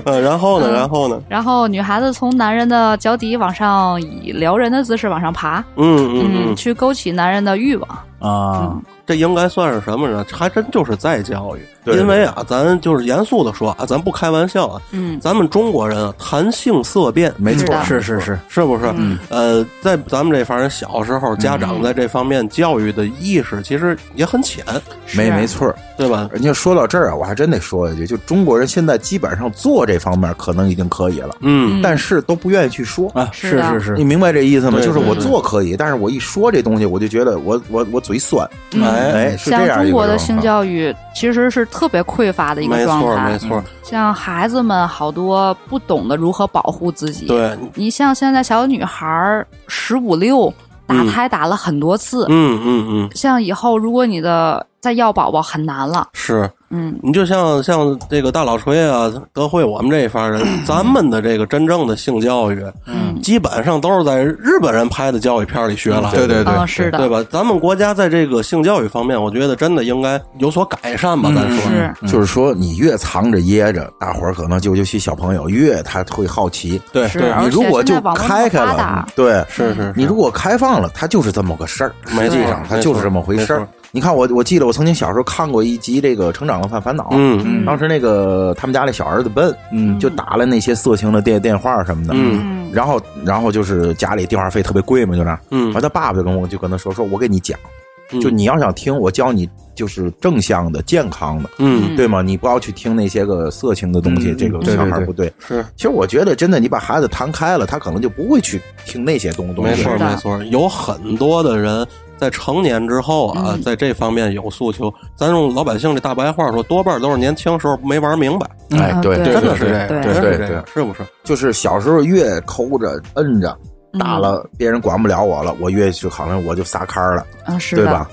A: 呃，然后呢，然后呢？
D: 然后女孩子从男人的脚底往上，以撩人的姿势往上爬，
A: 嗯嗯嗯，
D: 去勾起男人的欲望。
C: 啊，
A: 这应该算是什么呢？还真就是再教育，
B: 对对
A: 因为啊，咱就是严肃的说啊，咱不开玩笑啊，
D: 嗯，
A: 咱们中国人啊谈性色变，
B: 没
D: 是
B: 错，
D: 的
C: 是是是，
A: 是不是？
D: 嗯
A: 呃，在咱们这反正小时候，家长在这方面教育的意识其实也很浅，
D: 是
B: 没没。错。
A: 对吧？
B: 人家说到这儿啊，我还真得说一句，就中国人现在基本上做这方面可能已经可以了，
A: 嗯，
B: 但是都不愿意去说。
C: 啊，
D: 是
C: 是
D: 的
C: 是
B: 你
C: 是，
B: 明白这意思吗？
A: 对
B: 就是我
A: 对
B: 做可以，但是我一说这东西，我就觉得我我我嘴酸。
A: 嗯
B: 哎，是这
D: 嗯像
B: 样一个
D: 中国的
B: 状
D: 性
B: 况
D: 教育其实是特别匮乏的一个
A: 没
D: 状
A: 错
D: 态嗯
A: 没，错，
D: 像孩子们好多不懂得如何保护自己。，
A: 对，
D: 你像现在小女孩十五六打
A: 嗯
D: 胎打了很多次，
A: 嗯嗯嗯，
D: 像以后如果你的再要宝宝很难了，
A: 是。
D: 嗯，
A: 你就像像这个大老锤啊、德惠，我们这一方人，咱们的这个真正的性教育，
D: 嗯
A: 基本上都是在日本人拍的教育片里学来的，
C: 对对
D: 嗯，
C: 对，
D: 是的，
A: 对吧？咱们国家在这个性教育方面，我觉得真的应该有所改善吧。
C: 嗯
A: 咱说，
D: 是，
B: 就是说，你越藏着掖着，大伙儿可能就尤其小朋友越他会好奇。
A: 对
D: 是
A: 对，
D: 而
B: 你
D: 且
B: 如果就
D: 现在网络
B: 开开
D: 那么发达
B: 了，嗯对，
A: 是是，
B: 你如果开放了，它就是这么个事儿。
A: 没错
B: 实际上，它就是这么回事
A: 嗯没
B: 儿
A: 错。
B: 你看我，我记得我曾经小时候看过一集这个《成长了犯烦恼》，
A: 嗯
B: 当时那个他们家那小儿子笨，
C: 嗯
B: 就打了那些色情的电电话什么的，
A: 嗯
D: 嗯，
B: 然后然后就是家里电话费特别贵嘛，就那样。
A: 嗯
B: 完，他爸爸就跟我就跟他说，说我给你讲，
A: 嗯
B: 就你要想听，我教你就是正向的、健康的，
A: 嗯
B: 对吗？你不要去听那些个色情的东西，
C: 嗯
B: 这个
C: 对
B: 小
C: 对
B: 孩儿
C: 对
B: 不对。
A: 是
B: 其实我觉得，真的，你把孩子谈开了，他可能就不会去听那些东东
A: 没
B: 西。
A: 错
D: 是的
A: 没错，有很多的人。在成年之后啊，
D: 嗯
A: 在这方面有诉求，咱用老百姓这大白话说，多半都是年轻时候没玩明白，
B: 哎，对，
D: 嗯
A: 真
B: 对
A: 的
B: 对
A: 是这样，
D: 对
A: 真
B: 对
A: 是这
B: 对
A: 样，是不是？
B: 就是小时候越抠着、摁着，大了别人管不了我了，我越去好像我就撒开了，
D: 嗯，是
B: 对
D: 的，
B: 吧？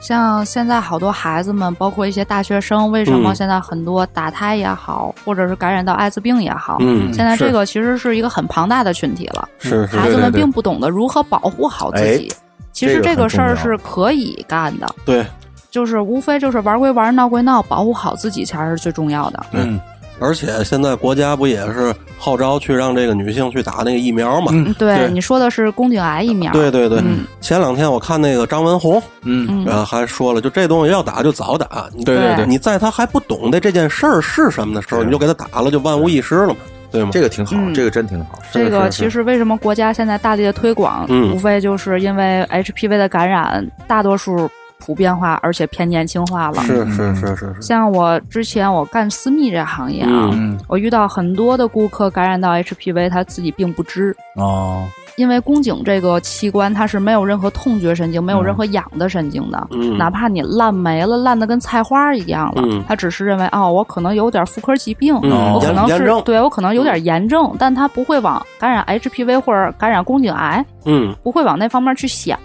D: 像现在好多孩子们，包括一些大学生，为什么
A: 嗯
D: 现在很多打胎也好，或者是感染到艾滋病也好，
A: 嗯，
D: 现在
C: 是
D: 这个其实是一个很庞大的群体了。
A: 是是，
D: 孩子
B: 对
D: 们
B: 对
D: 并不懂得如何保护好自己。其
B: 这
D: 实
B: 个
D: 这
B: 很
D: 个事
B: 重
D: 儿
B: 要
D: 是可以干的，
A: 对，
D: 就是无非就是玩归玩，闹归闹，保护好自己才是最重要的。
C: 嗯
A: 而且现在国家不也是号召去让这个女性去打那个疫苗嘛？
C: 嗯
D: 对
A: 对
D: 你说的是宫颈癌疫苗，
A: 对对对，
D: 嗯
A: 前两天我看那个张文宏，
C: 嗯，
D: 嗯
A: 呃，还说了，就这东西要打就早打，你
C: 对
D: 对对
A: 你在他还不懂得这件事儿是什么的时候，
B: 对
A: 你就给他打了，就万无一失了嘛，对吗？
B: 这个挺好，
D: 嗯
B: 这个真挺好。
D: 这
A: 是
D: 个
A: 是
D: 其实为什么国家现在大力的推广，
A: 嗯
D: 无非就是因为 HPV 的感染大多数普遍化，而且偏年轻化了。
A: 是是是是是，
D: 像我之前我干私密这行业啊，
C: 嗯
D: 我遇到很多的顾客感染到 HPV，他自己并不知。
C: 哦，
D: 因为宫颈这个器官它是没有任何痛觉神经，没有任何痒的神经的，
A: 嗯，
D: 哪怕你烂没了，烂的跟菜花一样了，
A: 嗯
D: 它只是认为哦，我可能有点妇科疾病，
A: 嗯
D: 哦我可能
A: 炎炎
D: 是
A: 症
D: 对我可能有点炎
A: 嗯
D: 症，但它不会往感染 HPV 或者感染宫颈癌，
A: 嗯，
D: 不会往那方面去想。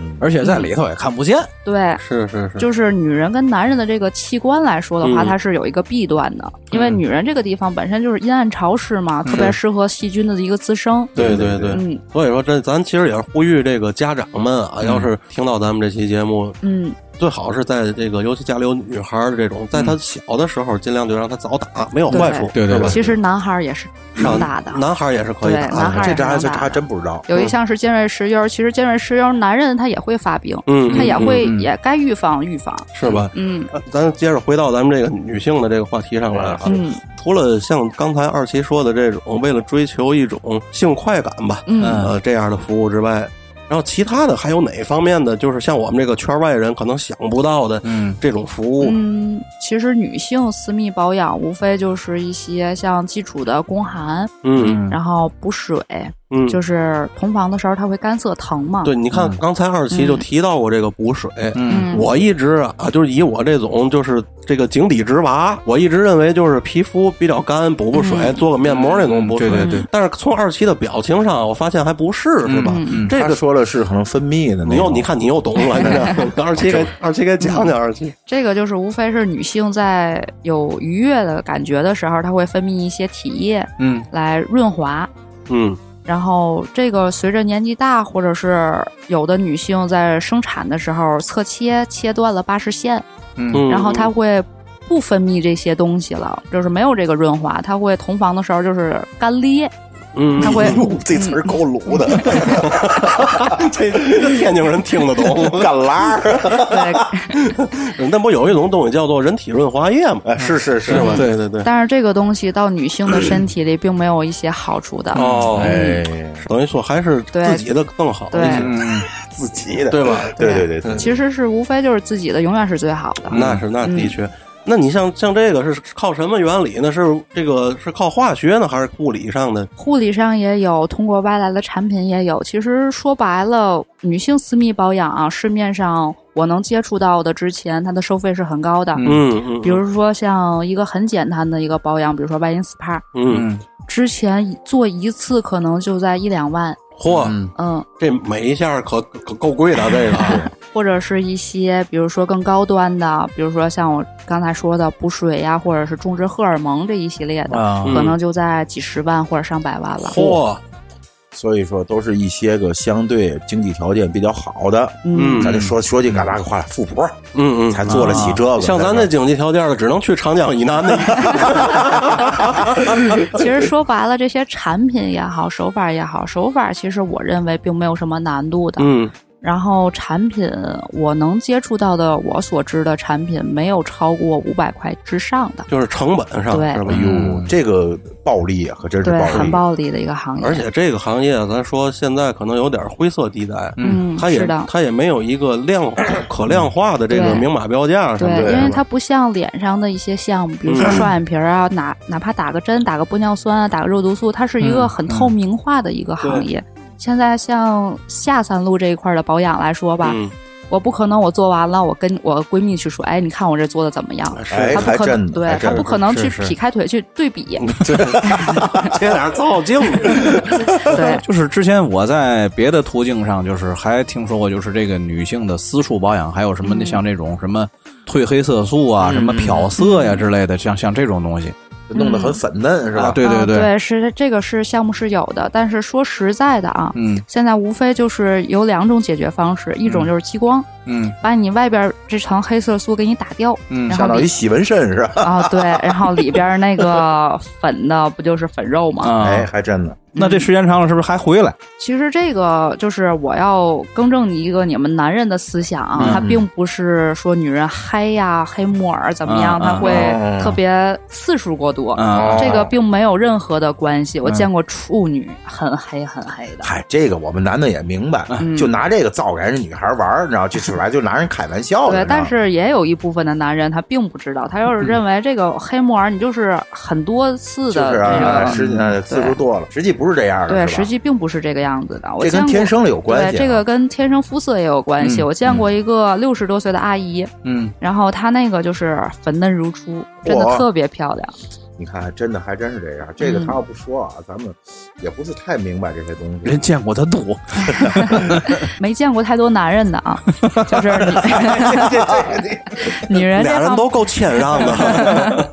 B: 嗯，
C: 而且在里头也看不见，
D: 对，
A: 是是是，
D: 就是女人跟男人的这个器官来说的话，
A: 嗯
D: 它是有一个弊端的，因为女人这个地方本身就是阴暗潮湿嘛，特别适合细菌的一个滋生。
A: 对对嗯对。
D: 嗯
A: 所以说这，咱其实也是呼吁这个家长们啊，要是听到咱们这期节目，
D: 嗯，
A: 最好是在这个，尤其家里有女孩儿的这种，在她小的时候，尽量就让她早打，没有坏处，
C: 对对
A: 是吧
C: 对
D: 其实男孩儿也是
A: 嗯
D: 能打的，
A: 男孩儿也是可以
D: 对男
A: 打
D: 孩
A: 的，
D: 儿
B: 哎这
D: 也
B: 这还
D: 能
B: 这
D: 打
B: 还真不知道。
D: 有一
A: 嗯
D: 项是尖锐湿疣，其实尖锐湿疣男人他也会发病，
A: 嗯，
D: 他也
A: 嗯
D: 会
C: 嗯
D: 也该预防预防。
A: 是吧？
D: 嗯
A: 呃咱接着回到咱们这个女性的这个话题上来啊，
D: 嗯
A: 除了像刚才二七说的这种为了追求一种性快感吧，
D: 嗯，
A: 呃这样的服务之外，然后其他的还有哪方面的，就是像我们这个圈外人可能想不到的
C: 嗯
A: 这种服务？
D: 嗯，其实女性私密保养无非就是一些像基础的宫寒，
A: 嗯
D: 然后补水，
A: 嗯，
D: 就是同房的时候它会干涩疼嘛。
A: 对，你看刚才二七就提到过这个补水。
C: 嗯
D: 嗯，
A: 我一直啊，就是以我这种就是这个井底之蛙，我一直认为就是皮肤比较干，补补水，
D: 嗯
A: 做个面膜那种补水。
C: 嗯对
D: 对对。
A: 但是从二七的表情上，我发现还不是，是吧？
D: 嗯
A: 这
B: 他
A: 个
B: 说了是可能分泌的那
A: 你又
B: 种，
A: 你看你又懂了，真的。二七给二七给讲讲二七。
D: 这个就是无非是女性在有愉悦的感觉的时候，它会分泌一些体液
C: 嗯
D: 来润滑。
A: 嗯
D: 然后，这个随着年纪大，或者是有的女性在生产的时候侧切切断了八十线，
C: 嗯
A: 嗯。
D: 然后它会不分泌这些东西了，就是没有这个润滑，它会同房的时候就是干 裂，
A: 嗯，
D: 它会
B: 这词儿够鲁的，
A: 这这天津人听得懂。
B: 干拉儿。
D: 对，
A: 那不有一种东西叫做人体润滑液吗？
B: 哎，是是是
A: 是吧？
B: 吧？
A: 对对对。
D: 但是这个东西到女性的身体里并没有一些好处的，
A: 哦，
B: 哎，
A: 等于说还是
D: 对
A: 自己的更好
D: 对
A: 一些，
C: 嗯
B: 自己的，
A: 对吧？
B: 对对对对，
D: 其实是无非就是自己的永远是最好的。
A: 那是那
D: 嗯
A: 的确。那你像像这个是靠什么原理呢？是这个是靠化学呢，还是物理上的？
D: 护理上也有，通过外来的产品也有。其实说白了，女性私密保养啊，市面上我能接触到的，之前它的收费是很高的。
C: 嗯
A: 嗯嗯，
D: 比如说像一个很简单的一个保养，比如说外阴 SPA，
A: 嗯，
C: 嗯
D: 之前做一次可能就在一两万，
A: 嚯，
C: 嗯
D: 嗯，
A: 这每一下可可够贵的，啊这个
D: 或者是一些比如说更高端的，比如说像我刚才说的补水呀、或者是种植荷尔蒙这一系列的，
C: 啊
A: 嗯
D: 可能就在几十万或者上百万了。
A: 嚯，
B: 所以说都是一些个相对经济条件比较好的，
A: 嗯
B: 咱就说说句嘎达话，富婆
A: 嗯嗯，
B: 才做得起这个。
A: 像咱这经济条件的，只能去长江以南的。
D: 其实说白了，这些产品也好，手法也好，手法其实我认为并没有什么难度的。
A: 嗯
D: 然后产品我能接触到的，我所知的产品没有超过五百块之上的，，
A: 就是成本上
D: 对
A: 是吧？
B: 哎呦，这个暴利啊，可真是
D: 对，
B: 暴
D: 很
B: 利。
D: 暴利的一个行业。
A: 而，且这个行业，咱说现在可能有点灰色地带，
D: 嗯，
A: 它
D: 是
A: 也
D: 的。
A: 它也没有一个量可量化的这个
D: 对
A: 明码标价什么
D: 对，
A: 的。嗯
D: 因为
A: 是吧嗯
D: 它不像脸上的一些项目，比如说双眼皮儿啊，哪哪怕打个针、打个玻尿酸啊、打个肉毒素，它是一
A: 嗯
D: 个很透明化的一个行业。现在像下三路这一块儿的保养来说吧，
A: 嗯，
D: 我不可能我做完了，我跟我闺蜜去说，哎，你看我这做的怎么样？
A: 是
B: 哎，
D: 她
B: 还
D: 不可
B: 真
D: 能，
B: 的
D: 对
B: 还
D: 她
B: 真
D: 不可能去
C: 是是
D: 劈开腿去对比，
A: 贴点造镜。
D: 对，
C: 就是之前我在别的途径上，就是还听说过，就是这个女性的私处保养，还有什么
D: 嗯
C: 像这种什么褪黑色素啊、
B: 嗯
C: 什么漂色呀、之类的，像像这种东西
B: 弄得很粉嫩是
C: 啊，
B: 吧？
C: 对
D: 嗯
C: 对，
D: 是这个是项目是有的，但是说实在的啊，
C: 嗯
D: 现在无非就是有两种解决方式，一种就是激光，
C: 嗯
D: 把你外边这层黑色素给你打掉，
C: 嗯
D: 然后
B: 相当于洗纹身是吧？
D: 啊、对，然后里边儿那个粉的不就是粉肉吗？
B: 哎，
C: 啊，
B: 还真的。
C: 那这时间长了是不是还回来？
D: 其实这个就是我要更正你一个你们男人的思想啊，
C: 嗯
D: 它并不是说女人黑呀、黑木耳怎么样，
C: 嗯
D: 它会
B: 嗯
D: 特别次数过多。
C: 啊，
D: 这个并没有任何的关系，
B: 嗯
D: 我见过处女很黑很黑的，
B: 嗨，这个我们男的也明白，
D: 嗯
B: 就拿这个造给人家女孩玩儿，你知道，就说白了就拿人啊嗯开玩笑的。你知
D: 对，
B: 道
D: 但是也有一部分的男人他并不知道，他要是认为这个黑木耳你就是很多次
B: 就
D: 的
B: 是
D: 这
B: 啊，
D: 个，嗯
B: 实际呃次数多了，实际不是这样的，
D: 对，
B: 是吧
D: 实际并不是这个样子的。我
B: 这
D: 见
B: 跟
D: 过
B: 天生的有关系啊。
D: 对，这个跟天生肤色也有关系。
C: 嗯
D: 我见过一个六十多岁的阿姨，
C: 嗯
D: 然后她那个就是粉嫩如初，真的
B: 哇
D: 特别漂亮。
B: 你看，真的还真是这样。这个
D: 嗯
B: 他要不说啊，咱们也不是太明白这些东
C: 人
B: 西。
C: 见过的多，
D: 没见过太多男人的 啊，就是 女女人这
A: 俩人
D: 方
A: 都够谦让的。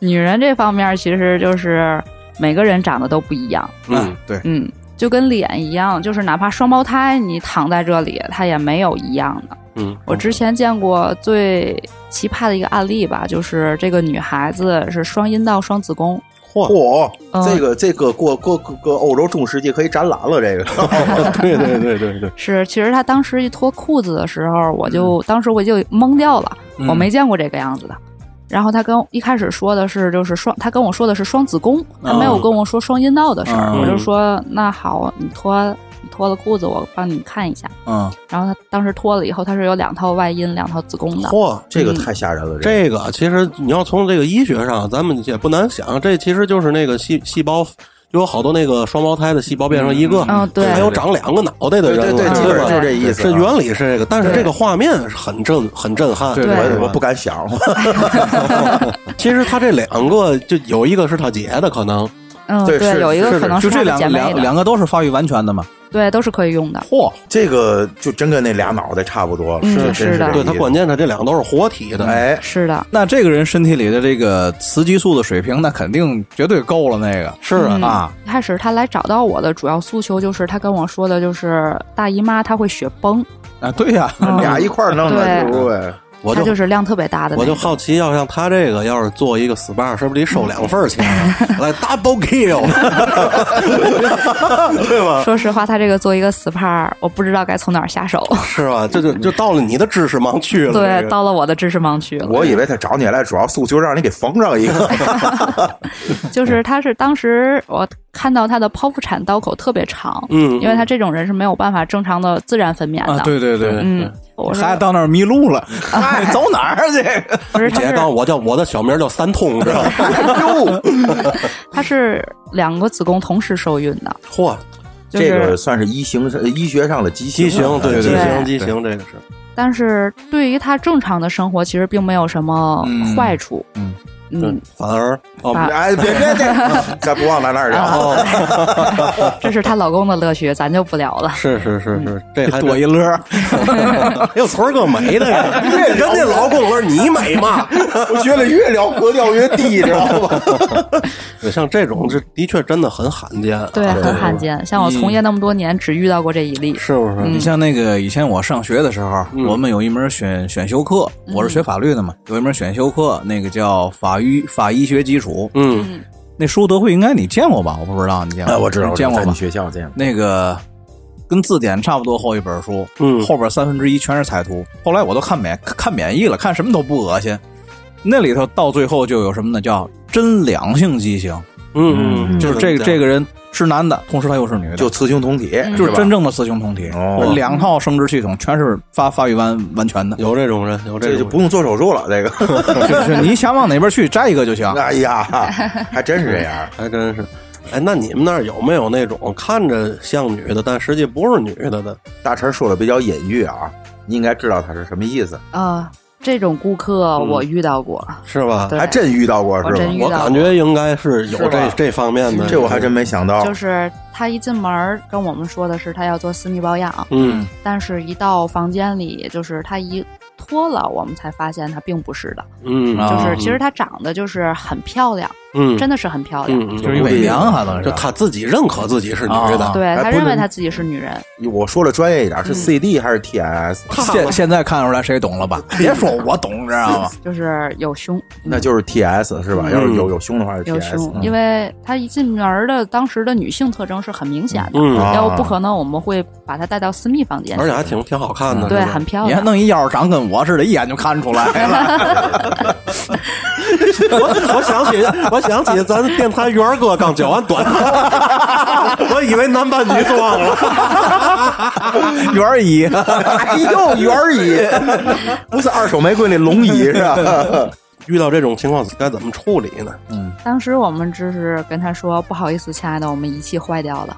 D: 女人这方面其实就是每个人长得都不一样，
A: 嗯，
C: 对，
D: 嗯，就跟脸一样，就是哪怕双胞胎你躺在这里，它也没有一样的。
A: 嗯，
D: 我之前见过最奇葩的一个案例吧，就是这个女孩子是双阴道、双子宫，
A: 嚯，
B: 嚯，
D: 嗯
B: 这个这个过过过过欧洲中世纪可以展览了，这个
D: 嗯
A: 对对对对对，
D: 是其实她当时一脱裤子的时候，我
C: 嗯
D: 就、当时我就懵掉了，我没见过这个样子的。然后她跟一开始说的是，就是双，她跟我说的是双子宫，她没有跟我说双阴道的事儿，
C: 哦嗯
D: 我就说那好，你脱你脱了裤子，我帮你看一下。
C: 嗯，
D: 然后她当时脱了以后，她是有两套外阴，两套子宫的。
A: 嗯嚯，
B: 这个太吓人了，这
A: 这个其实你要从这个医学上，咱们也不难想，这其实就是那个细细胞，有好多那个双胞胎的细胞变成一个，
D: 嗯嗯对
A: 还有长两个脑袋的
B: 对
A: 人
B: 对
A: 了，
B: 对，基
A: 对
B: 本上
A: 吧？
B: 就是这意思
A: 这
B: 啊。
A: 原理是这个，但是这个画面是很震、很震撼。
C: 对
D: 对
B: 我我不敢想，
A: 其实他这两个，就有一个是他姐的，可能
D: 嗯，
B: 对
D: 对，
B: 是
D: 有一
B: 是
D: 个
B: 的
D: 可能
C: 就这
D: 她的
C: 两
D: 姐
C: 个
D: 妹
C: 两
D: 的，
C: 两个都是发育完全的嘛？
D: 对，都是可以用的。
C: 嚯，
B: 这个就真跟那俩脑袋差不多了，
D: 嗯
B: 真
D: 是
B: 是
D: 的
B: 这
A: 对
B: 意
A: 他
B: 思
A: 关键他这两个都是活体的，
B: 哎，
D: 是的，
C: 那这个人身体里的这个雌激素的水平，那肯定绝对够了那个。
A: 是啊
D: 嗯，
C: 啊，
D: 一开始他来找到我的主要诉求就是，他跟我说的就是大姨妈她会血崩，
C: 啊，对呀、
D: 嗯
B: 俩一块儿弄的，
D: 对
B: 对不对？
A: 我
D: 她
A: 就
D: 嗯就是量特别大的那
A: 我
D: 种。
A: 就好奇，要像他这个，要是做一个 SPA，是不是得
D: 嗯
A: 收两份儿钱 啊？来 double kill，对吧？
D: 说实话，他这个做一个 SPA，我不知道该从哪儿下手，
A: 是吧？这就就到了你的知识盲区了。
D: 对
A: 这，个
D: 到了我的知识盲区了。
B: 我以为他找你来主要诉求让你给缝上一个，
D: 就是他是当时我看到他的剖腹产刀口特别长，
A: 嗯，
D: 因为他这种人是没有办法正常的自然分娩
C: 啊，
D: 的。
C: 对对对，
D: 嗯，我说
C: 孩子到那儿迷路 了，哎，走哪儿去？
D: 不是，他
A: 姐
D: 是
A: 刚我叫我的小名叫三通，知道 吗？
D: 他是两个子宫同时受孕的，
A: 嚯，
D: 就
B: 这
D: 是
B: 个算是医行医学上的畸
A: 畸形，
B: 形了，
A: 对畸
D: 对
A: 形，畸形，这个是
D: 但是对于他正常的生活，其实并没有什么坏处。
C: 嗯
A: 嗯
D: 嗯，
A: 反而哦，
D: 反
B: 哎，别别别，咱不往咱那儿啊聊。
A: 哦，
D: 这是她老公的乐趣，咱就不聊了。
A: 是是是是，
D: 嗯
A: 这还
C: 躲
A: 真
C: 一乐儿，
D: 啊
A: 哎呦，村儿哥美的 呀，人家老公说你美嘛。
B: 我觉得越聊格调越低，知道 吗？
A: 对，像这种这的确真的很罕见啊，
D: 对，很
B: 对
D: 罕见。像我
A: 嗯
D: 从业那么多年，只遇到过这一例。
A: 是不
B: 嗯
A: 是？
C: 你像那个以前我上学的时候，
A: 嗯
C: 我们有一门选选修课，我是学法律的嘛，
B: 嗯
C: 有一门选修课，那个叫法医法医学基础。
A: 嗯
C: 那书德惠应该你见过吧？我不知道你见过，
B: 哎，我知道，
C: 你见过
B: 在你
C: 吧？
B: 学校见过。
C: 那个跟字典差不多厚一本书，
A: 嗯
C: 后边三分之一全是彩图。后来我都看免看免疫了，看什么都不恶心。那里头到最后就有什么呢？叫真两性畸形，
A: 嗯嗯，，
C: 就是这个这个人是男的，同时他又是女的，
B: 就雌雄同体，
D: 嗯
C: 就是
B: 吧
C: 真正的雌雄同体，
B: 哦
C: 两套生殖系统全是发发育完完全的
A: 有这种人，有
B: 这就
A: 种
B: 不用做手术了。这个，
C: 就是你想往哪边去摘一个就行。
B: 哎呀，还真是这样。
A: 还真是。哎，那你们那儿有没有那种看着像女的，但实际不是女的的？
B: 大陈说的比较隐喻啊，你应该知道他是什么意思，
D: 啊，这种顾客
A: 嗯
D: 我遇到过，
A: 是吧？
D: 对
B: 还真遇到过
D: 我
B: 是
D: 真
B: 吗？
D: 遇
A: 我
D: 到
A: 感
D: 过。
A: 觉应该是有
B: 是
A: 这
B: 吧
A: 这方面的。
B: 这我还真没想
A: 哦
B: 到
D: 就。是他一进门儿跟我们说的是他要做私密保养，
A: 嗯
D: 但是一到房间里，就是他一脱了，我们才发现他并不是的。
A: 嗯，
C: 啊
D: 就是
C: 嗯
D: 其实她长得就是很漂亮，
A: 嗯
D: 真的是很漂亮。
A: 嗯嗯
C: 就是一伪娘啊，等于
A: 就她自己认可自己是女
C: 啊
A: 的，
D: 对
B: 哎
D: 她
B: 不
D: 认为
B: 能
D: 她自己是女人，
B: 我说的专业一点，是
D: 嗯
B: CD 还是 TS？
C: 现现在看出来谁懂了吧？别说我懂，知道吗？
D: 就是有胸，
B: 那就是 TS 是吧？
A: 嗯
B: 要是有有胸的话是嗯
D: 有
B: TS
D: 胸，因为她一进门儿的当时的女性特征是很明显的，
A: 嗯，
B: 啊
D: 要不可能我们会把她带到私密房间去，
A: 而且还挺挺好看的，
D: 对，
A: 是吧
D: 很漂
C: 你还
D: 亮。
C: 弄一腰长跟我似的，一眼就看出来了。
A: 我我想起，我想起咱电台元儿哥刚剪完短头，我以为男扮女装了。
C: 圆儿一，
B: 哎呦，圆儿椅，不是二手玫瑰那龙椅是
A: 哦
B: 吧？
A: 遇到这种情况该怎么处理呢？
D: 当时我们只是跟她说：“不好意思，亲爱的，我们仪器坏掉了。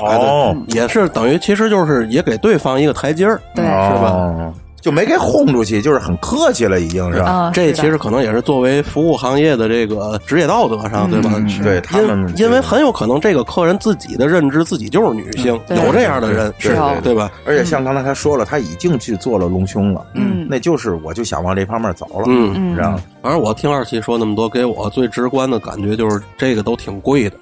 B: 哦，
A: 也是等于，其实就是也给对方一个台阶儿。
D: 对，
A: 哦
B: 吧？就没给轰出去，就是很客气了，已经是吧？
D: 嗯，
A: 这
D: 是
A: 其
D: 的
A: 实可能也是作为服务行业的这个职业道德上，对吧？
C: 嗯
A: 因
B: 对他们，
A: 因为很有可能这个客人自己的认知自己就是女性，
D: 嗯
A: 有这样的人，
D: 是有
A: 对吧？
B: 而且像刚才他说了，他已经去做了隆胸了，
D: 嗯
B: 那就是我就想往这方面走了，
A: 嗯，
D: 嗯
B: 然后
A: 反正我听二七说那么多，给我最直观的感觉就是这个都挺贵 的，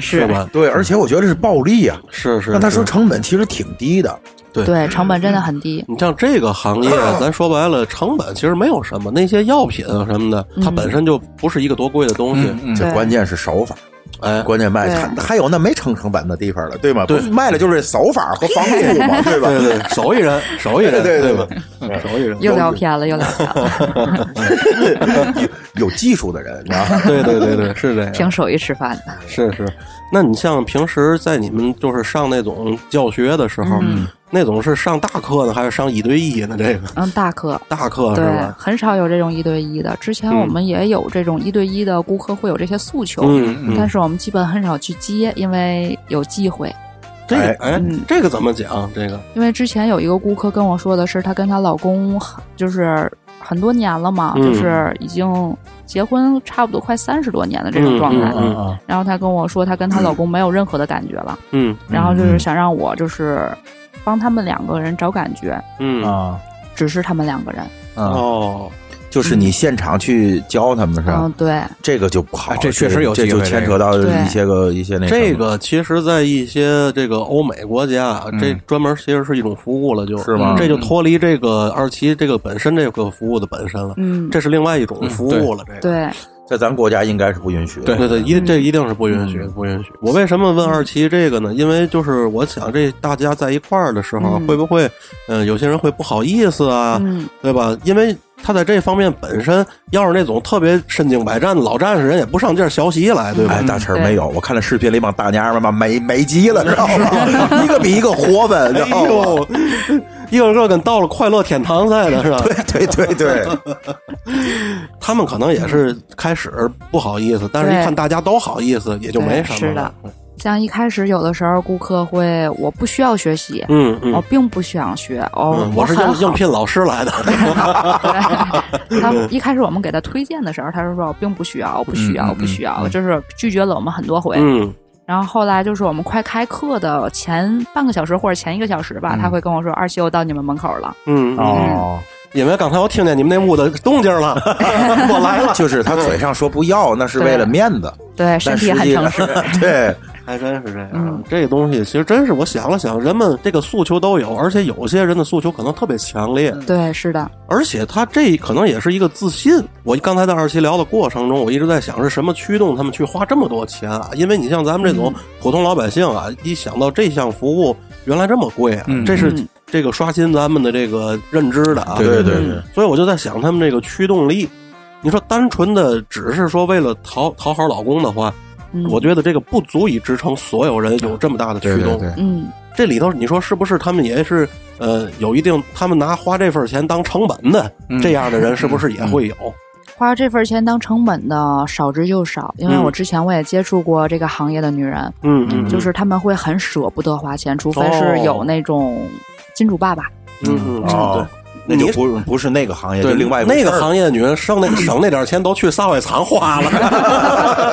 A: 是吧？
B: 对，而且我觉得是暴利啊。
A: 是是。
B: 那他
A: 是
B: 说成本其实挺低的，
A: 对嗯
D: 对，成本真的很低。
A: 你像这个 行业，咱说白了，成本其实没有什么，那些药品啊什么的，
D: 嗯
A: 它本身就不是一个多贵的东西。
C: 嗯
B: 这
D: 对
B: 关键是手法，
A: 哎，
B: 关键卖
D: 对
B: 还还有那没成成本的地方了，对吗？
A: 对
B: 不卖的就是手法和防护 嘛，对吧？
A: 对对，手艺人，手艺
B: 对
A: 人，
B: 对对
A: 吧？
B: 对
A: 手艺人，
D: 又聊偏了，又聊
A: 哦
D: 偏了，
B: 有技术的人，你知道吗？
A: 对对对对，是这样。
D: 凭手艺吃饭的。
A: 是是，那你像平时在你们就是上那种教学的时候，
D: 嗯
A: 那种是上大课呢，还是上一对一呢？这个
D: 嗯，大课
A: 大课哦是
D: 对
A: 吧？
D: 很少有这种一对一的。之前
A: 嗯
D: 我们也有这种一对一的顾客会有这些诉求，
A: 嗯嗯，
D: 但是我们基本很少去接，因为有忌讳。
A: 这个哎
D: 嗯，
A: 这个怎么讲？这个
D: 因为之前有一个顾客跟我说的是，她跟她老公很就是很多年了嘛，
A: 嗯
D: 就是已经结婚差不多快三十多年的这种状态。
A: 嗯嗯
C: 嗯
D: 然后她跟我说，她跟她老公没有任何的感觉了，
A: 嗯
D: 然后就是想让我就是帮他们两个人找感觉，
A: 嗯
C: 啊
D: 只是他们两个人。
C: 啊，
A: 哦，
B: 就是你现场去教他们是吧
D: 嗯，？对，
B: 这个就不好
C: 哎，这确实有
B: 这
C: 机会
B: 就牵扯到一些个一些那
A: 这
B: 什么
A: 个其实，在一些这个欧美国家啊，这
C: 嗯
A: 专门其实是一种服务了，就是
B: 吗
A: 这就脱离这个二期这个本身这个服务的本身了，
D: 嗯，
A: 这是啊另外一种服务了。这个
D: 对，
B: 在咱国家应该是不允许的。嗯
A: 对
C: 对
A: 对，一这一定是不允许，
D: 嗯
A: 不允许。我为什么问二期这个呢？因为就是我想，这大家在一块儿的时候，
D: 嗯
A: 会不会，嗯、有些人会不好意思啊，
D: 嗯，
A: 对吧？因为他在这方面本身，要是那种特别身经百战的老战士，人也不上劲儿学习来，对吧？
B: 哎，大
D: 嗯
B: 词儿没有，我看了视频里一帮大娘们儿嘛，美美极了，知道 吗？一个比一个活泛，知
A: 哎
B: 道吗？
A: 呦，一个个跟到了快乐天堂似的，是吧？
B: 对对对，
A: 他们可能也是开始不好意思，但是一
D: 对
A: 看大家都好意思，也就没什
D: 对
A: 么
D: 是
A: 了
D: 的。像一开始有的时候顾客会，我不需要学习，
A: 嗯嗯
D: 我并不想学，哦
A: 嗯，，我是
D: 很
A: 应
D: 好
A: 应聘老师来的。
D: 对， 他一开始我们给他推荐的时候，他就说我并不需要，我不需要，
C: 嗯嗯
D: 我不需要，
C: 嗯嗯
D: 就是拒绝了我们很多回。
A: 嗯
D: 然后后来就是我们快开课的前半个小时或者前一个小时吧，
C: 嗯
D: 他会跟我说：“二七，我到你们门口了。
A: 嗯，
C: 哦，
A: 因为刚才我听见你们那屋的动静了，我来了。
B: 嗯就是他嘴上说不要，那是为了面子，”
D: 对，身
B: 但
D: 体
B: 实
D: 很
B: 际
D: 诚
B: 上
D: 实。
B: 对，
A: 还真是这样，
D: 嗯
A: 这个东西其实真是我想了想，人们这个诉求都有，而且有些人的诉求可能特别强烈，
D: 对，是的，
A: 而且他这可能也是一个自信。我刚才在二期聊的过程中，我一直在想是什么驱动他们去花这么多钱啊？因为你像咱们这种普通老百姓啊，一想到这项服务原来这么贵啊，
C: 嗯
A: 这是
D: 嗯
A: 这个刷新咱们的这个认知的啊。
B: 对对
D: 嗯
B: 对，
A: 所以我就在想他们这个驱动力。你说单纯的只是说为了讨讨好老公的话，
D: 嗯，
A: 我觉得这个不足以支撑所有人有这么大的驱
B: 对
A: 动。
B: 对对，
D: 嗯，
A: 这里头你说是不是他们也是呃有一定，他们拿花这份钱当成本的、
C: 嗯
A: 这样的人是不是也会有？
D: 花这份钱当成本的少之又少，因为
A: 嗯
D: 我之前我也接触过这个行业的女人，
A: 嗯嗯，
D: 就是她们会很舍不得花钱，除非
A: 哦
D: 是有那种金主爸爸。
A: 嗯嗯
B: 哦，
A: 对
B: 那
A: 你
B: 就不不是那个行业，就
A: 对，
B: 另外一
A: 那
B: 回
A: 个
B: 事儿
A: 行业的女人省那省那点钱都去撒外藏花了。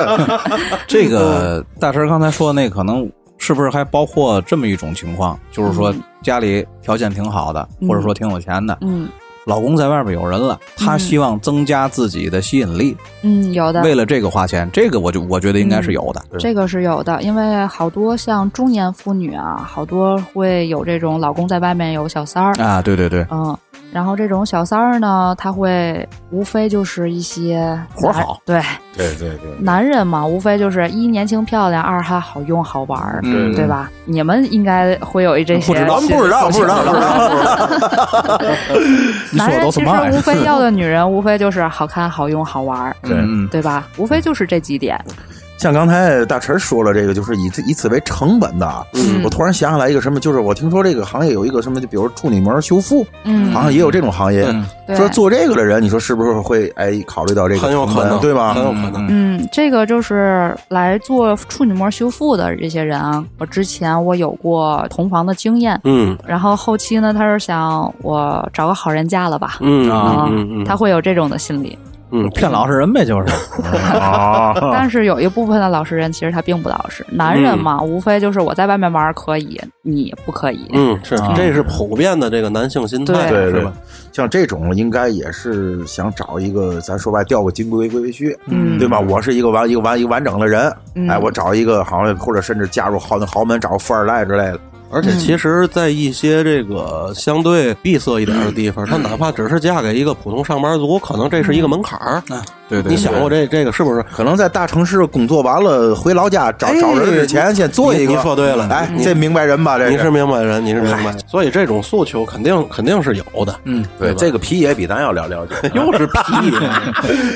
C: 这
D: 嗯
C: 个大神刚才说的那可能是不是还包括这么一种情况，就是说
D: 嗯
C: 家里条件挺好的，
D: 嗯
C: 或者说挺有钱的，
D: 嗯
C: 老公在外边有人了，他
D: 嗯
C: 希望增加自己的吸引力，
D: 嗯，有的。
C: 为了这个花钱，这个我就我觉得应该是有的。
B: 对
D: 这个是有的，因为好多像中年妇女啊，好多会有这种老公在外面有小三儿，
C: 啊，对对对，
D: 嗯，然后这种小三儿呢，他会无非就是一些
C: 活儿好，
D: 对，
B: 对对对，
D: 男人嘛，无非就是一年轻漂亮，二还好用好玩儿，
C: 嗯
D: 对吧？你们应该会有一这些，
B: 咱们不知道，不知道，不知道。
C: 你说
D: 男
C: 的
D: 人
C: 都
D: 其
C: 是
D: 实
C: 嘛玩意
D: 无
C: 儿？
D: 非要的女人，无非就是好看、好用、好玩儿，
B: 对
C: 嗯，嗯
D: 对吧？无非就是这几点。
B: 像刚才大陈说了这个，就是以此以此为成本的啊。
D: 嗯
B: 我突然想起来一个什么，就是我听说这个行业有一个什么，就比如处女膜修复，
D: 嗯
B: 好，像也有这种行业。
C: 嗯
D: 对
B: 啊说做这个的人，你说是不是会哎考虑到这个
A: 很有可
B: 成本
A: 能
B: 对
A: 很
B: 吧？
A: 有可能
C: 嗯
D: 嗯，这个就是来做处女膜修复的这些人啊。我之前我有过同房的经验，
A: 嗯
D: 然后后期呢，他是想我找个好人嫁了吧，
A: 嗯
C: 啊
A: 嗯嗯
D: 他会有这种的心理。
A: 嗯，
C: 骗老实人呗，就是。
B: 啊，
D: 但是有一部分的老实人其实他并不老实，男人嘛，无非就是我在外面玩儿可以，你不可以。
A: 嗯，是
C: 啊，
A: 这是普遍的这个男性心态，
B: 对
A: 是
B: 对
A: 吧？，
B: 像这种应该也是想找一个，咱说白，钓个金龟龟龟婿，
D: 嗯
B: 对吧？我是一个完一个完一个完整的人，
D: 嗯
B: 哎，我找一个好像或者甚至嫁入豪豪门，找个富二代之类的，
A: 而且其实，在一些这个相对闭塞一点的地 方，她哪怕只是嫁给一个普通上班族，可能这是一个门槛儿。
B: 嗯
C: 对对，
A: 你想过这这个是不是？
B: 可能在大城市工作完了，回老家找
A: 哎
B: 找人之前先做一个。
A: 你你说对了
B: 哎，
A: 你
B: 这明白人吧？这哎
A: 你是明白人，你是明白，所以这种诉求肯定肯定是有的。
C: 嗯，
B: 对这个皮爷比咱要了了解，
A: 又是屁，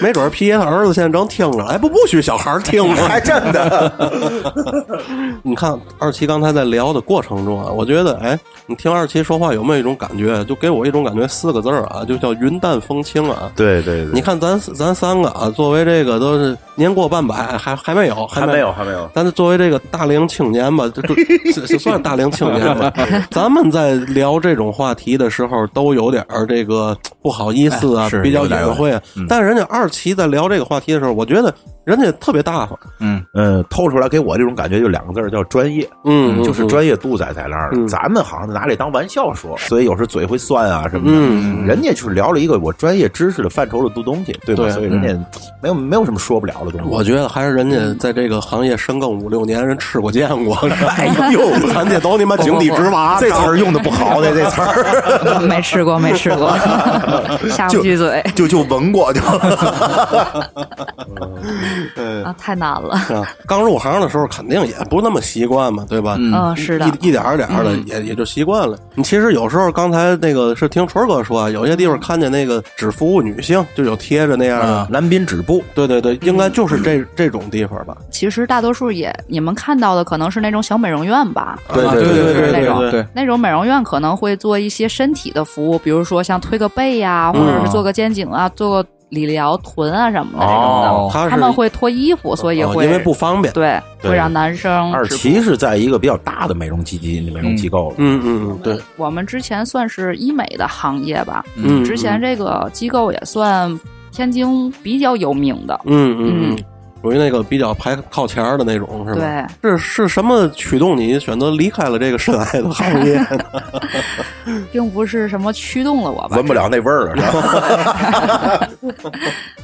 A: 没准儿屁爷他儿子现在正听着，哎，不不许小孩儿听着。
B: 还真的。
A: 你看二七刚才在聊的过程中啊，我觉得，哎，你听二七说话有没有一种感觉？就给我一种感觉，四个字儿啊，就叫云淡风轻啊。
B: 对对
A: 你看咱咱三个啊，作为这个都是年过半百，还还没有，还
B: 还没有，。还没有。
A: 但是作为这个大龄青年吧，这 这是是算大龄青年吧，咱们在聊这种话题的时候，都有点儿这个不好意思啊
C: 哎，是
A: 比较
C: 有点
A: 隐晦啊。
B: 嗯
A: 但是人家二七在聊这个话题的时候，我觉得人家特别大方，
C: 嗯，
B: 嗯，透出来给我这种感觉就两个字儿叫专业，
A: 嗯，
B: 就是专业度在在那儿了。
A: 嗯
B: 咱们好像拿这当玩笑说，所以有时候嘴会酸啊什么的。
A: 嗯
B: 人家就是聊了一个我专业知识的范畴的东西，对吧？
A: 对嗯
B: 所以人家没有、没有什么说不了的东西。
A: 我觉得还是人家在这个行业深耕五六年，人吃过见 过。哎
B: 呦，
A: 咱这都你妈井底之蛙，
B: 这词儿用的不好
C: 哎
B: 的这词 儿，
D: 没吃过，没吃过，下不去嘴
B: 就就闻过就。
D: 啊，太难了。
A: 啊刚入行的时候肯定也不那么习惯嘛，对吧？
D: 嗯嗯是的嗯
A: 一一点儿点儿的也也就习惯了。你其实有时候刚才那个是听春哥说啊，有些地方看见那个只服务女性，就有贴着那样
C: 嗯
A: 的。
B: 南滨止步，
A: 对对对，应该就是这这种地方吧。
D: 其实大多数也你们看到的可能是那种小美容院吧，
A: 对
C: 啊
A: 对
C: 对
A: 对
D: 那种
A: 对
C: 对，
D: 那种美容院可能会做一些身体的服务，比如说像推个背呀、或者是做个肩颈啊，做个理疗臀啊什么的这种的。
C: 哦
A: 他是
D: 他们会脱衣服，所以
A: 哦
D: 会、
A: 因为不方便。
D: 对，
B: 对
D: 会让男生
B: 二
D: 直
B: 七是在一个比较大的美容基金、美容机构了。
A: 嗯嗯嗯，对，
D: 我们之前算是医美的行业吧，
A: 嗯，
D: 之前这个机构也算天津比较有名的。
A: 嗯嗯嗯，属于那个比较排靠前儿的那种，是吧？
D: 对，
A: 是是什么驱动你选择离开了这个深爱的行 业呢？
D: 并不是什么驱动了
A: 嗯
D: 我吧，
B: 闻不了那味儿了，是吧？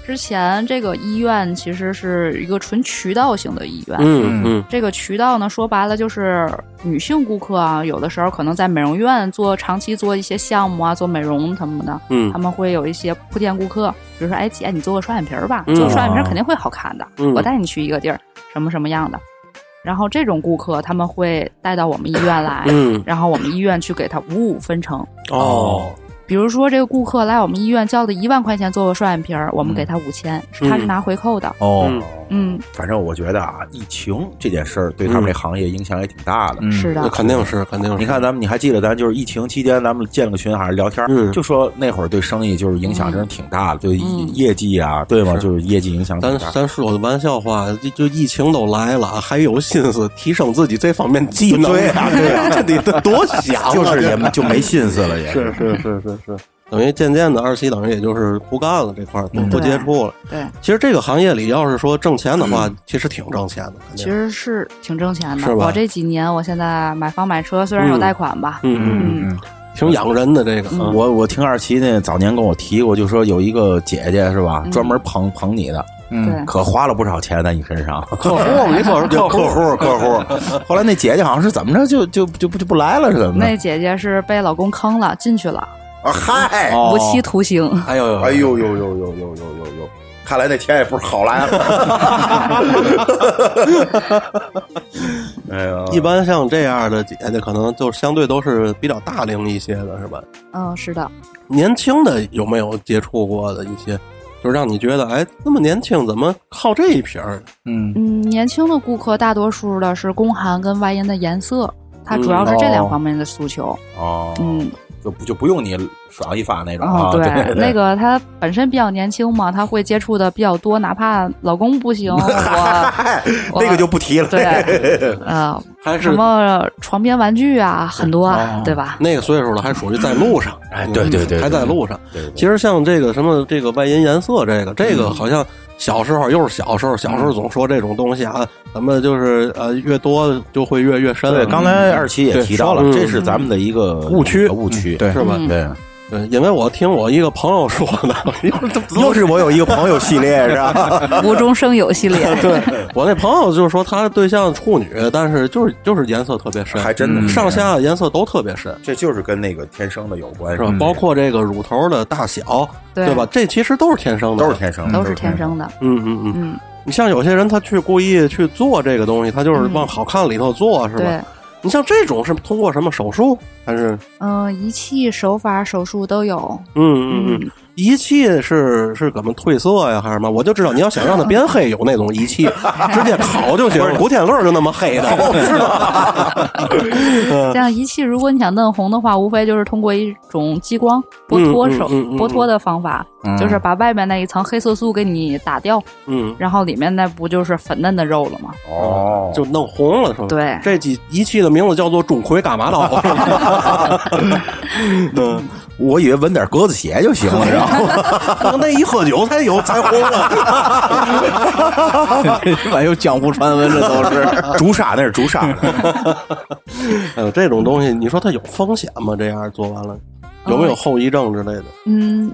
D: 之前这个医院其实是一个纯渠道型的医院。
A: 嗯嗯
D: 这个渠道呢，说白了就是女性顾客啊，有的时候可能在美容院做长期做一些项目啊，做美容什么的，他
A: 嗯
D: 们会有一些铺垫顾客，比如说，哎姐，你做个双眼皮儿吧，
A: 嗯
D: 做双眼皮儿肯定会好看的，
A: 嗯
D: 我带你去一个地儿，什么什么样的。然后这种顾客他们会带到我们医院来，
A: 嗯
D: 然后我们医院去给他五五分成。
A: 哦
D: 比如说，这个顾客来我们医院交了一万块钱做个双眼皮儿，我们给他五千，是他是拿回扣的。
C: 哦
A: 嗯，
D: 嗯，
B: 反正我觉得啊，疫情这件事儿对
A: 嗯
B: 他们这行业影响也挺大的。
C: 嗯
D: 是
A: 那
D: 的，
A: 肯定是肯定是。
B: 你看，咱们你还记得咱就是疫情期间，咱们建了个群，还是聊天儿，
A: 嗯
B: 就说那会儿对生意就是影响真是挺大的，对
D: 嗯
B: 业绩啊，对吗？
A: 是
B: 就是业绩影响挺
A: 咱
B: 大。
A: 咱说的玩笑话，就就疫情都来了，还有心思提升自己这方面技能？
B: 对 呀对呀
A: 这得 多想啊！
B: 就是
A: 这
B: 也就没心思了，也
A: 是是是是是，等于渐渐的二期等于也就是不干了这块儿，不不接触了。
D: 对，
A: 其实这个行业里，要是说挣钱的话，其实挺挣钱的，肯
D: 其
A: 定。
D: 实是挺挣钱
A: 是
D: 的。
A: 吧
D: 我这几年，我现在买房买车，虽然有贷款吧，
A: 嗯嗯，
D: 嗯
C: 嗯
A: 挺养人的这个。
D: 嗯
B: 我我听二七呢，早年跟我提过，就说有一个姐姐是吧，专门捧捧你的，
C: 嗯，
B: 可花了不少钱在你身上。
A: 客户，你说
B: 客户客户，后来那姐姐好像是怎么着就就就不就不来了是怎么
D: 那
B: 着？
D: 姐姐是被老公坑了，进去了，
B: 啊嗨
C: 哦
D: 无期徒刑。
A: 哎呦呦，
B: 哎呦呦呦呦呦呦呦呦！看来那钱也不是好来了。 哎呀，
A: 一般像这样的姐姐，可能就相对都是比较大龄一些的，是吧？
D: 嗯，是的，
A: 年轻的有没有接触过的一些，就是让你觉得，哎，那么年轻，怎么靠这一瓶儿？
C: 嗯
D: 嗯，年轻的顾客大多数的是宫寒跟外阴的颜色，它主要是这两方面的诉求。
B: 哦，
D: 嗯，
B: 就不就不用你爽一发那种
D: 嗯
B: 啊，，对
D: 对，那个她本身比较年轻嘛，她会接触的比较多，哪怕老公不行，我
B: 嗨，
D: 我
B: 那个就不提了。
D: 对，呃，
A: 还
D: 什
A: 是
D: 么床边玩具啊，很多啊，对吧？
A: 那个岁数了，还属于在路上？
B: 哎对对对对
A: 还在路上。
B: 对嗯对
A: 其实像这个什么这个外阴颜色，这个这个好像小时候又是小时候，小时
B: 嗯
A: 候总说这种东西啊，咱们就是呃越多就会越越深。啊
B: 对，刚才二七也提
A: 对
B: 到
A: 说了
B: 这是咱们的一个
A: 误区
B: 误区，
C: 对
A: 是吧？
D: 嗯
B: 对，
A: 对，因为我听我一个朋友说的，
B: 又是我有一个朋友系列是吧？
D: 无中生有系列，
A: 对
B: 嗯
A: 我那朋友就是说他对象处女，但是就是就是颜色特别深，
B: 还真的 是嗯
A: 上下颜色都特别深，
B: 这就是跟那个天生的有关嗯
A: 是吧？
B: 系，
A: 包括这个乳头的大小，
D: 对
A: 吧？这其实都是天生的，
B: 都是天生的，
D: 都是天生的。
A: 嗯嗯嗯。
D: 嗯，
A: 你像有些人，他去故意去做这个东西，他就是往好看里头做，是
D: 嗯对
A: 吧？，你像这种是通过什么手术还是？
D: 嗯、仪器、手法、手术都有。
A: 嗯嗯嗯，仪器是是怎么褪色呀，还是什么？我就知道你要想让它变黑，有那种仪 器，直接烤就行。古天乐就那么黑的，我知道。嗯
D: 这样仪器，如果你想嫩红的话，无非就是通过一种激光剥脱手、
A: 嗯嗯嗯嗯
D: 剥脱的方法，就是把外面那一层黑色素给你打掉，
A: 嗯，
D: 然后里面那不就是粉嫩的肉了吗？
B: 哦，
A: 就弄红了是吧？
D: 对
A: 这几仪器的名字叫做钟馗伽马刀。嗯，
E: 我以为闻点鸽子血就行了，然后
A: 那一喝酒才有才红了。
C: 这玩意儿有江湖传 闻，这都是。
B: 朱砂那是朱砂，
A: 哎呦，这种东西，你说它有风险吗？这样做完了，有没有后遗症之类的？
D: 嗯，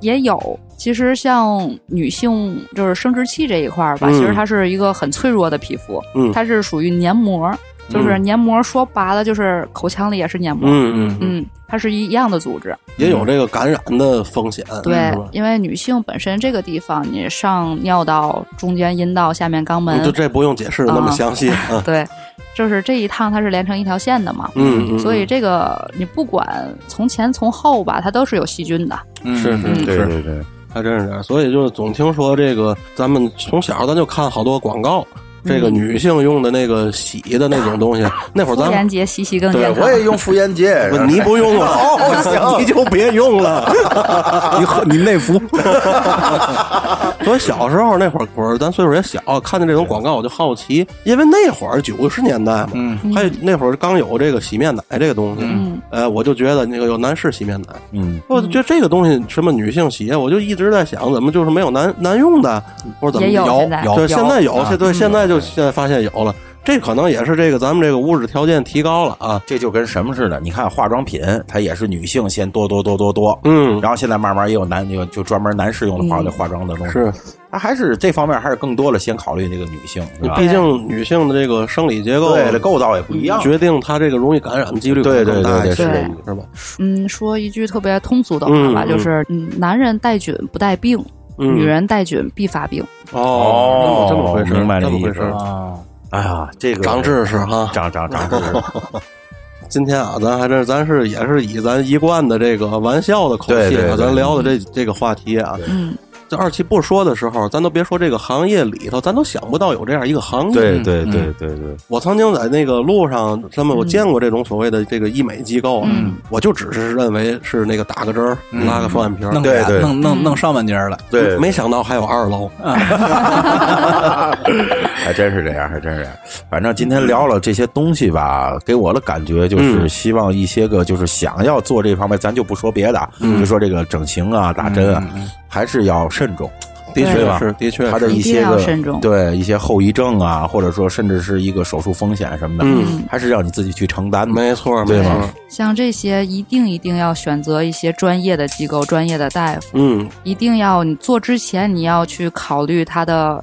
D: 也有。其实像女性就是生殖器这一块儿吧，
A: 嗯
D: 其实它是一个很脆弱的皮肤，
A: 嗯
D: 它是属于黏膜，就是黏膜说白了就是口腔里也是黏膜，
A: 嗯哎嗯，
D: 嗯它是一样的组织。
A: 也有这个感染的风险，
D: 对
A: 是吧，？
D: 因为女性本身这个地方，你上尿道、中间阴道、下面肛门
A: 就，这不用解释得那么
D: 啊
A: 详 细啊。
D: 对，就是这一趟它是连成一条线的嘛。
A: 嗯嗯，
D: 所以这个你不管从前从后吧，它都是有细菌的。
A: 是是
D: 嗯
B: 对对对，
A: 还真是这样。所以就是总听说这个，咱们从小咱就看好多广告，这
D: 嗯
A: 个女性用的那个洗的那种东西，那会儿
D: 妇
A: 咱
D: 炎
A: 们
D: 洁洗洗 更
E: 对
D: 健康
E: 我。也用妇炎洁，
A: 不你不 用了，
D: 哦
A: 你就别用了。
C: 你 喝你内服，
A: 所以小时候那会儿，不是咱岁数也小，看见这种广告我就好奇，因为那会儿九十年代嘛，
C: 嗯
A: 还有那会儿刚有这个洗面奶这个东西，
D: 嗯
A: 呃，我就觉得那个有男士洗面奶，
E: 嗯，
A: 我就觉得这个东西什么女性鞋，我就一直在想怎么就是没有男男用的，或者怎么
D: 也有
A: 有
D: 现在
A: 对，现在
D: 有
A: 有，
C: 啊
A: 现
B: 嗯
A: 对现在就现在发现有了，这可能也是这个咱们这个物质条件提高了啊，
B: 这就跟什么似的，你看化妆品，它也是女性先多多多多多，
A: 嗯，
B: 然后现在慢慢也有男有就专门男士用的化化妆的东西，
A: 是，
B: 它还是这方面还是更多了，先考虑这个女性，是吧？
A: 毕竟嗯女性的这个生理结构
B: 对，这构造也不一样，
A: 决定她这个容易感染几率可
B: 对
A: 能
B: 对
A: 更大
B: 对
A: 一些，
B: 对，是
D: 对
B: 这意思。
A: 是吧？
D: 嗯，说一句特别通俗的话吧，
A: 嗯嗯
D: 就是嗯，男人带菌不带病，
A: 嗯
D: 女人带菌必发病。
A: 哦，这么回事，
B: 明白这
A: 这么
B: 意
A: 回
B: 思
A: 事，
C: 啊，
B: 哎呀，这个
A: 长知识哈。
B: 长长长知识，
A: 今天啊，咱还真是咱是也是以咱一贯的这个玩笑的口
B: 对
A: 气
B: 对
A: 啊，
B: 对
A: 咱聊的这这个话题啊，
D: 嗯，
A: 这二期不说的时候，咱都别说这个行业里头，咱都想不到有这样一个行业。
B: 对对
A: 嗯
B: 对对对，
A: 我曾经在那个路上，他们我见过这种所谓的这个医美机构啊，
D: 嗯
A: 我就只是认为是那个打个针儿、
C: 嗯
A: 拉个双眼皮儿，
C: 弄
B: 对
C: 俩
B: 对
C: 弄弄弄上半截儿了，
B: 对
A: 没想到还有二楼。
B: 还真是这样，还真是这样。反正今天聊了这些东西吧，给我的感觉就是
A: 嗯
B: 希望一些个就是想要做这方面，咱就不说别的，啊
A: 嗯
B: 就说这个整形啊、打针啊，还是要慎重。
A: 的
D: 对
A: 确
B: 吧
A: 是，的确
B: 它
A: 嗯是，
B: 的
D: 一定
B: 些
D: 要
B: 个
D: 慎重
B: 对一些后遗症啊，或者说甚至是一个手术风险什么的，
A: 嗯
B: 还是让你自己去承担的。
A: 没错，
B: 对
A: 没
B: 吧
A: 错。
D: 像这些一定一定要选择一些专业的机构、专业的大夫，
A: 嗯，
D: 一定要你做之前你要去考虑他的。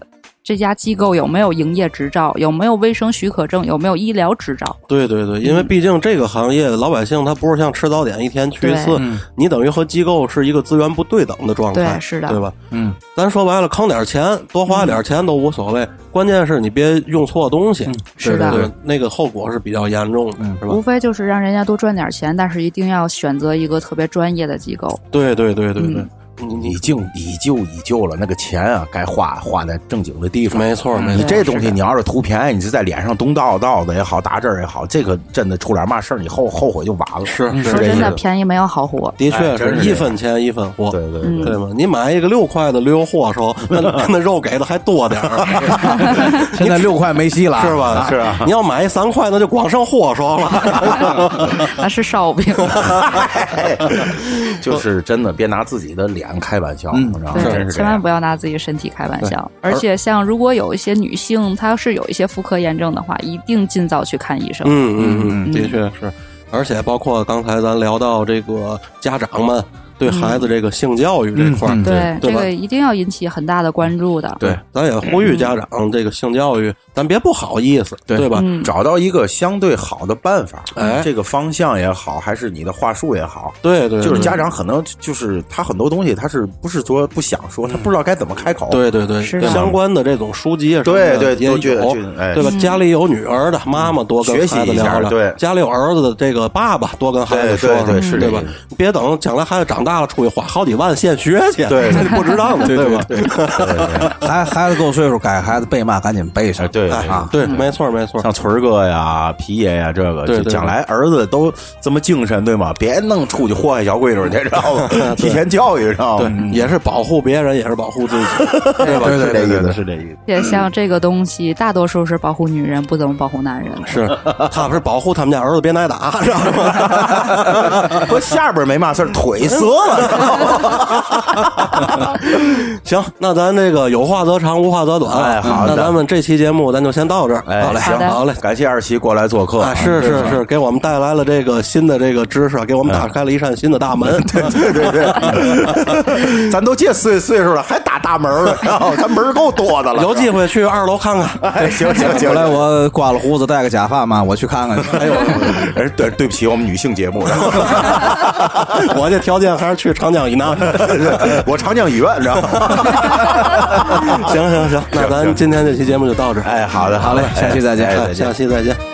D: 这家机构有没有营业执照？有没有卫生许可证？有没有医疗执照？
A: 对对对，因
D: 嗯
A: 为毕竟这个行业老百姓他不是像吃早点一天去一次
D: 对，
A: 你等于和机构是一个资源不对等的状态，
D: 对是的嗯
A: 对吧？
C: 嗯，
A: 咱说白了，坑点钱，多花点钱都无所谓，关键是你别用错东西，
D: 是的
A: 对对对那个后果是比较严重的，是吧
D: 无？非就是让人家多赚点钱，但是一定要选择一个特别专业的机构。
A: 对对对对对，
D: 嗯
A: 你
B: 已
A: 你
B: 经已就已就了，那个钱啊，该花花在正经的地方。
A: 没错没
D: 嗯
B: 你
A: 错，
B: 这东西，你要是图便宜，你是在脸上东倒倒的也好，打这儿也好，这个真的出点嘛事儿，你后后悔就完了。
A: 是
B: 是
D: 说
B: 这
D: 真
B: 意
D: 的，
B: 思。
D: 便宜没有好货。
A: 的
B: 哎
A: 确
B: 真是
A: 是
B: 这
A: 一
B: 样
A: 分钱一分货，
B: 对对对
D: 嗯
A: 对吗？你买一个六块的驴肉火烧， 那那肉给的还多点儿，
C: 现在六块没戏了，
A: 是吧？
C: 啊？
A: 是啊，你要买一三块，那就光剩火烧了。
D: 那是烧饼，
B: 就是真的，别拿自己的脸开玩笑，你知道吗？真
D: 对，
B: 啊是这
D: 千万
B: 样。
D: 不要拿自己身体开玩笑。
A: 而
D: 而且，像如果有一些女
B: 嗯
D: 性她是有一些妇科炎症的话，一定尽早去看医生。
A: 嗯嗯嗯嗯，的确是。而且包括刚才咱聊到这个家长们对孩子这个性教育这块儿，
C: 嗯嗯
D: 嗯对
A: 对
D: 这
A: 吧
D: 个一定要引起很大的关注的。
B: 对
A: 咱也呼吁家长这个性教育，咱别不好意思，
B: 对
A: 对吧？
D: 嗯，
B: 啊找到一个相对好的办法，
A: 哎
B: 这个方向也好，还是你的话术也好，
A: 对对，
B: 就
A: 对
B: 是家长可能就是他很多东西他是不是说不想说，他不知道该怎么开口。
A: 对对对，
D: 是的
A: 相关的这种书籍啊什么
B: 对
A: 的
B: 对，
A: 也
B: 都觉得
A: 有
B: 觉得哎
A: 对吧？
D: 嗯
A: 家里有女儿的妈妈多跟
B: 学习
A: 孩子
B: 一下
A: 聊聊，
B: 对
A: 家里有儿子的这个爸爸多跟孩子
B: 对
A: 说
B: 对
A: 说，
B: 对是这
A: 吧
B: 意思？
A: 你别等将来孩子长大了出去花好几万现学去，
B: 对
A: 这不值当的，对吧？
C: 孩孩子够岁数，该孩子背嘛，赶紧背上。
B: 对对
C: 啊，
A: 对，没错没错，
B: 像村儿哥呀、皮爷呀，这个
A: 对
B: 就
A: 对
B: 将来儿子都这么精神，对吗？别弄出去祸害小闺女去，知道 吗？提前教育，知道
A: 对
B: 吗？，
A: 也是保护别人，也是保护自 己，对吧？
B: 是这意思，
A: 对。
B: 是这 意思。
D: 也像这个东西，大多数是保护女人，不怎么保护男人的。
A: 是，他们是保护他们家儿子别挨打，知道吗？
B: 说下边没嘛事儿，腿折了。
A: 行，那咱这个有话则长，无话则短。嗯
B: 哎好
A: 那
B: 的
A: 咱们这期节目咱就先到这儿。
B: 哎
A: 好嘞，
D: 好
A: 行，
D: 的
A: 好嘞。
B: 感谢二喜过来做客
A: 啊，，是是是，给我们带来了这个新的这个知识，给我们
B: 哎
A: 打开了一扇新的大 门。对对对
B: 咱都这岁岁数了，还打大门了，知道吗咱门儿够多的了。
A: 有机会去二楼看看。
B: 哎，行行行
C: 后，来我刮了胡子，戴个假发嘛，我去看看去。哎呦，
B: 哎，对对不起，我们女性节目，然后
A: 我这条件还是去长江以南。
B: 我长江医院，你知道吗？
A: 行行行，那咱今天这期节目就到这儿。
B: 哎，好的，
C: 好嘞
B: 哎，
C: 下期再见
B: 哎
A: 哎
B: 再见
A: 下。期再见。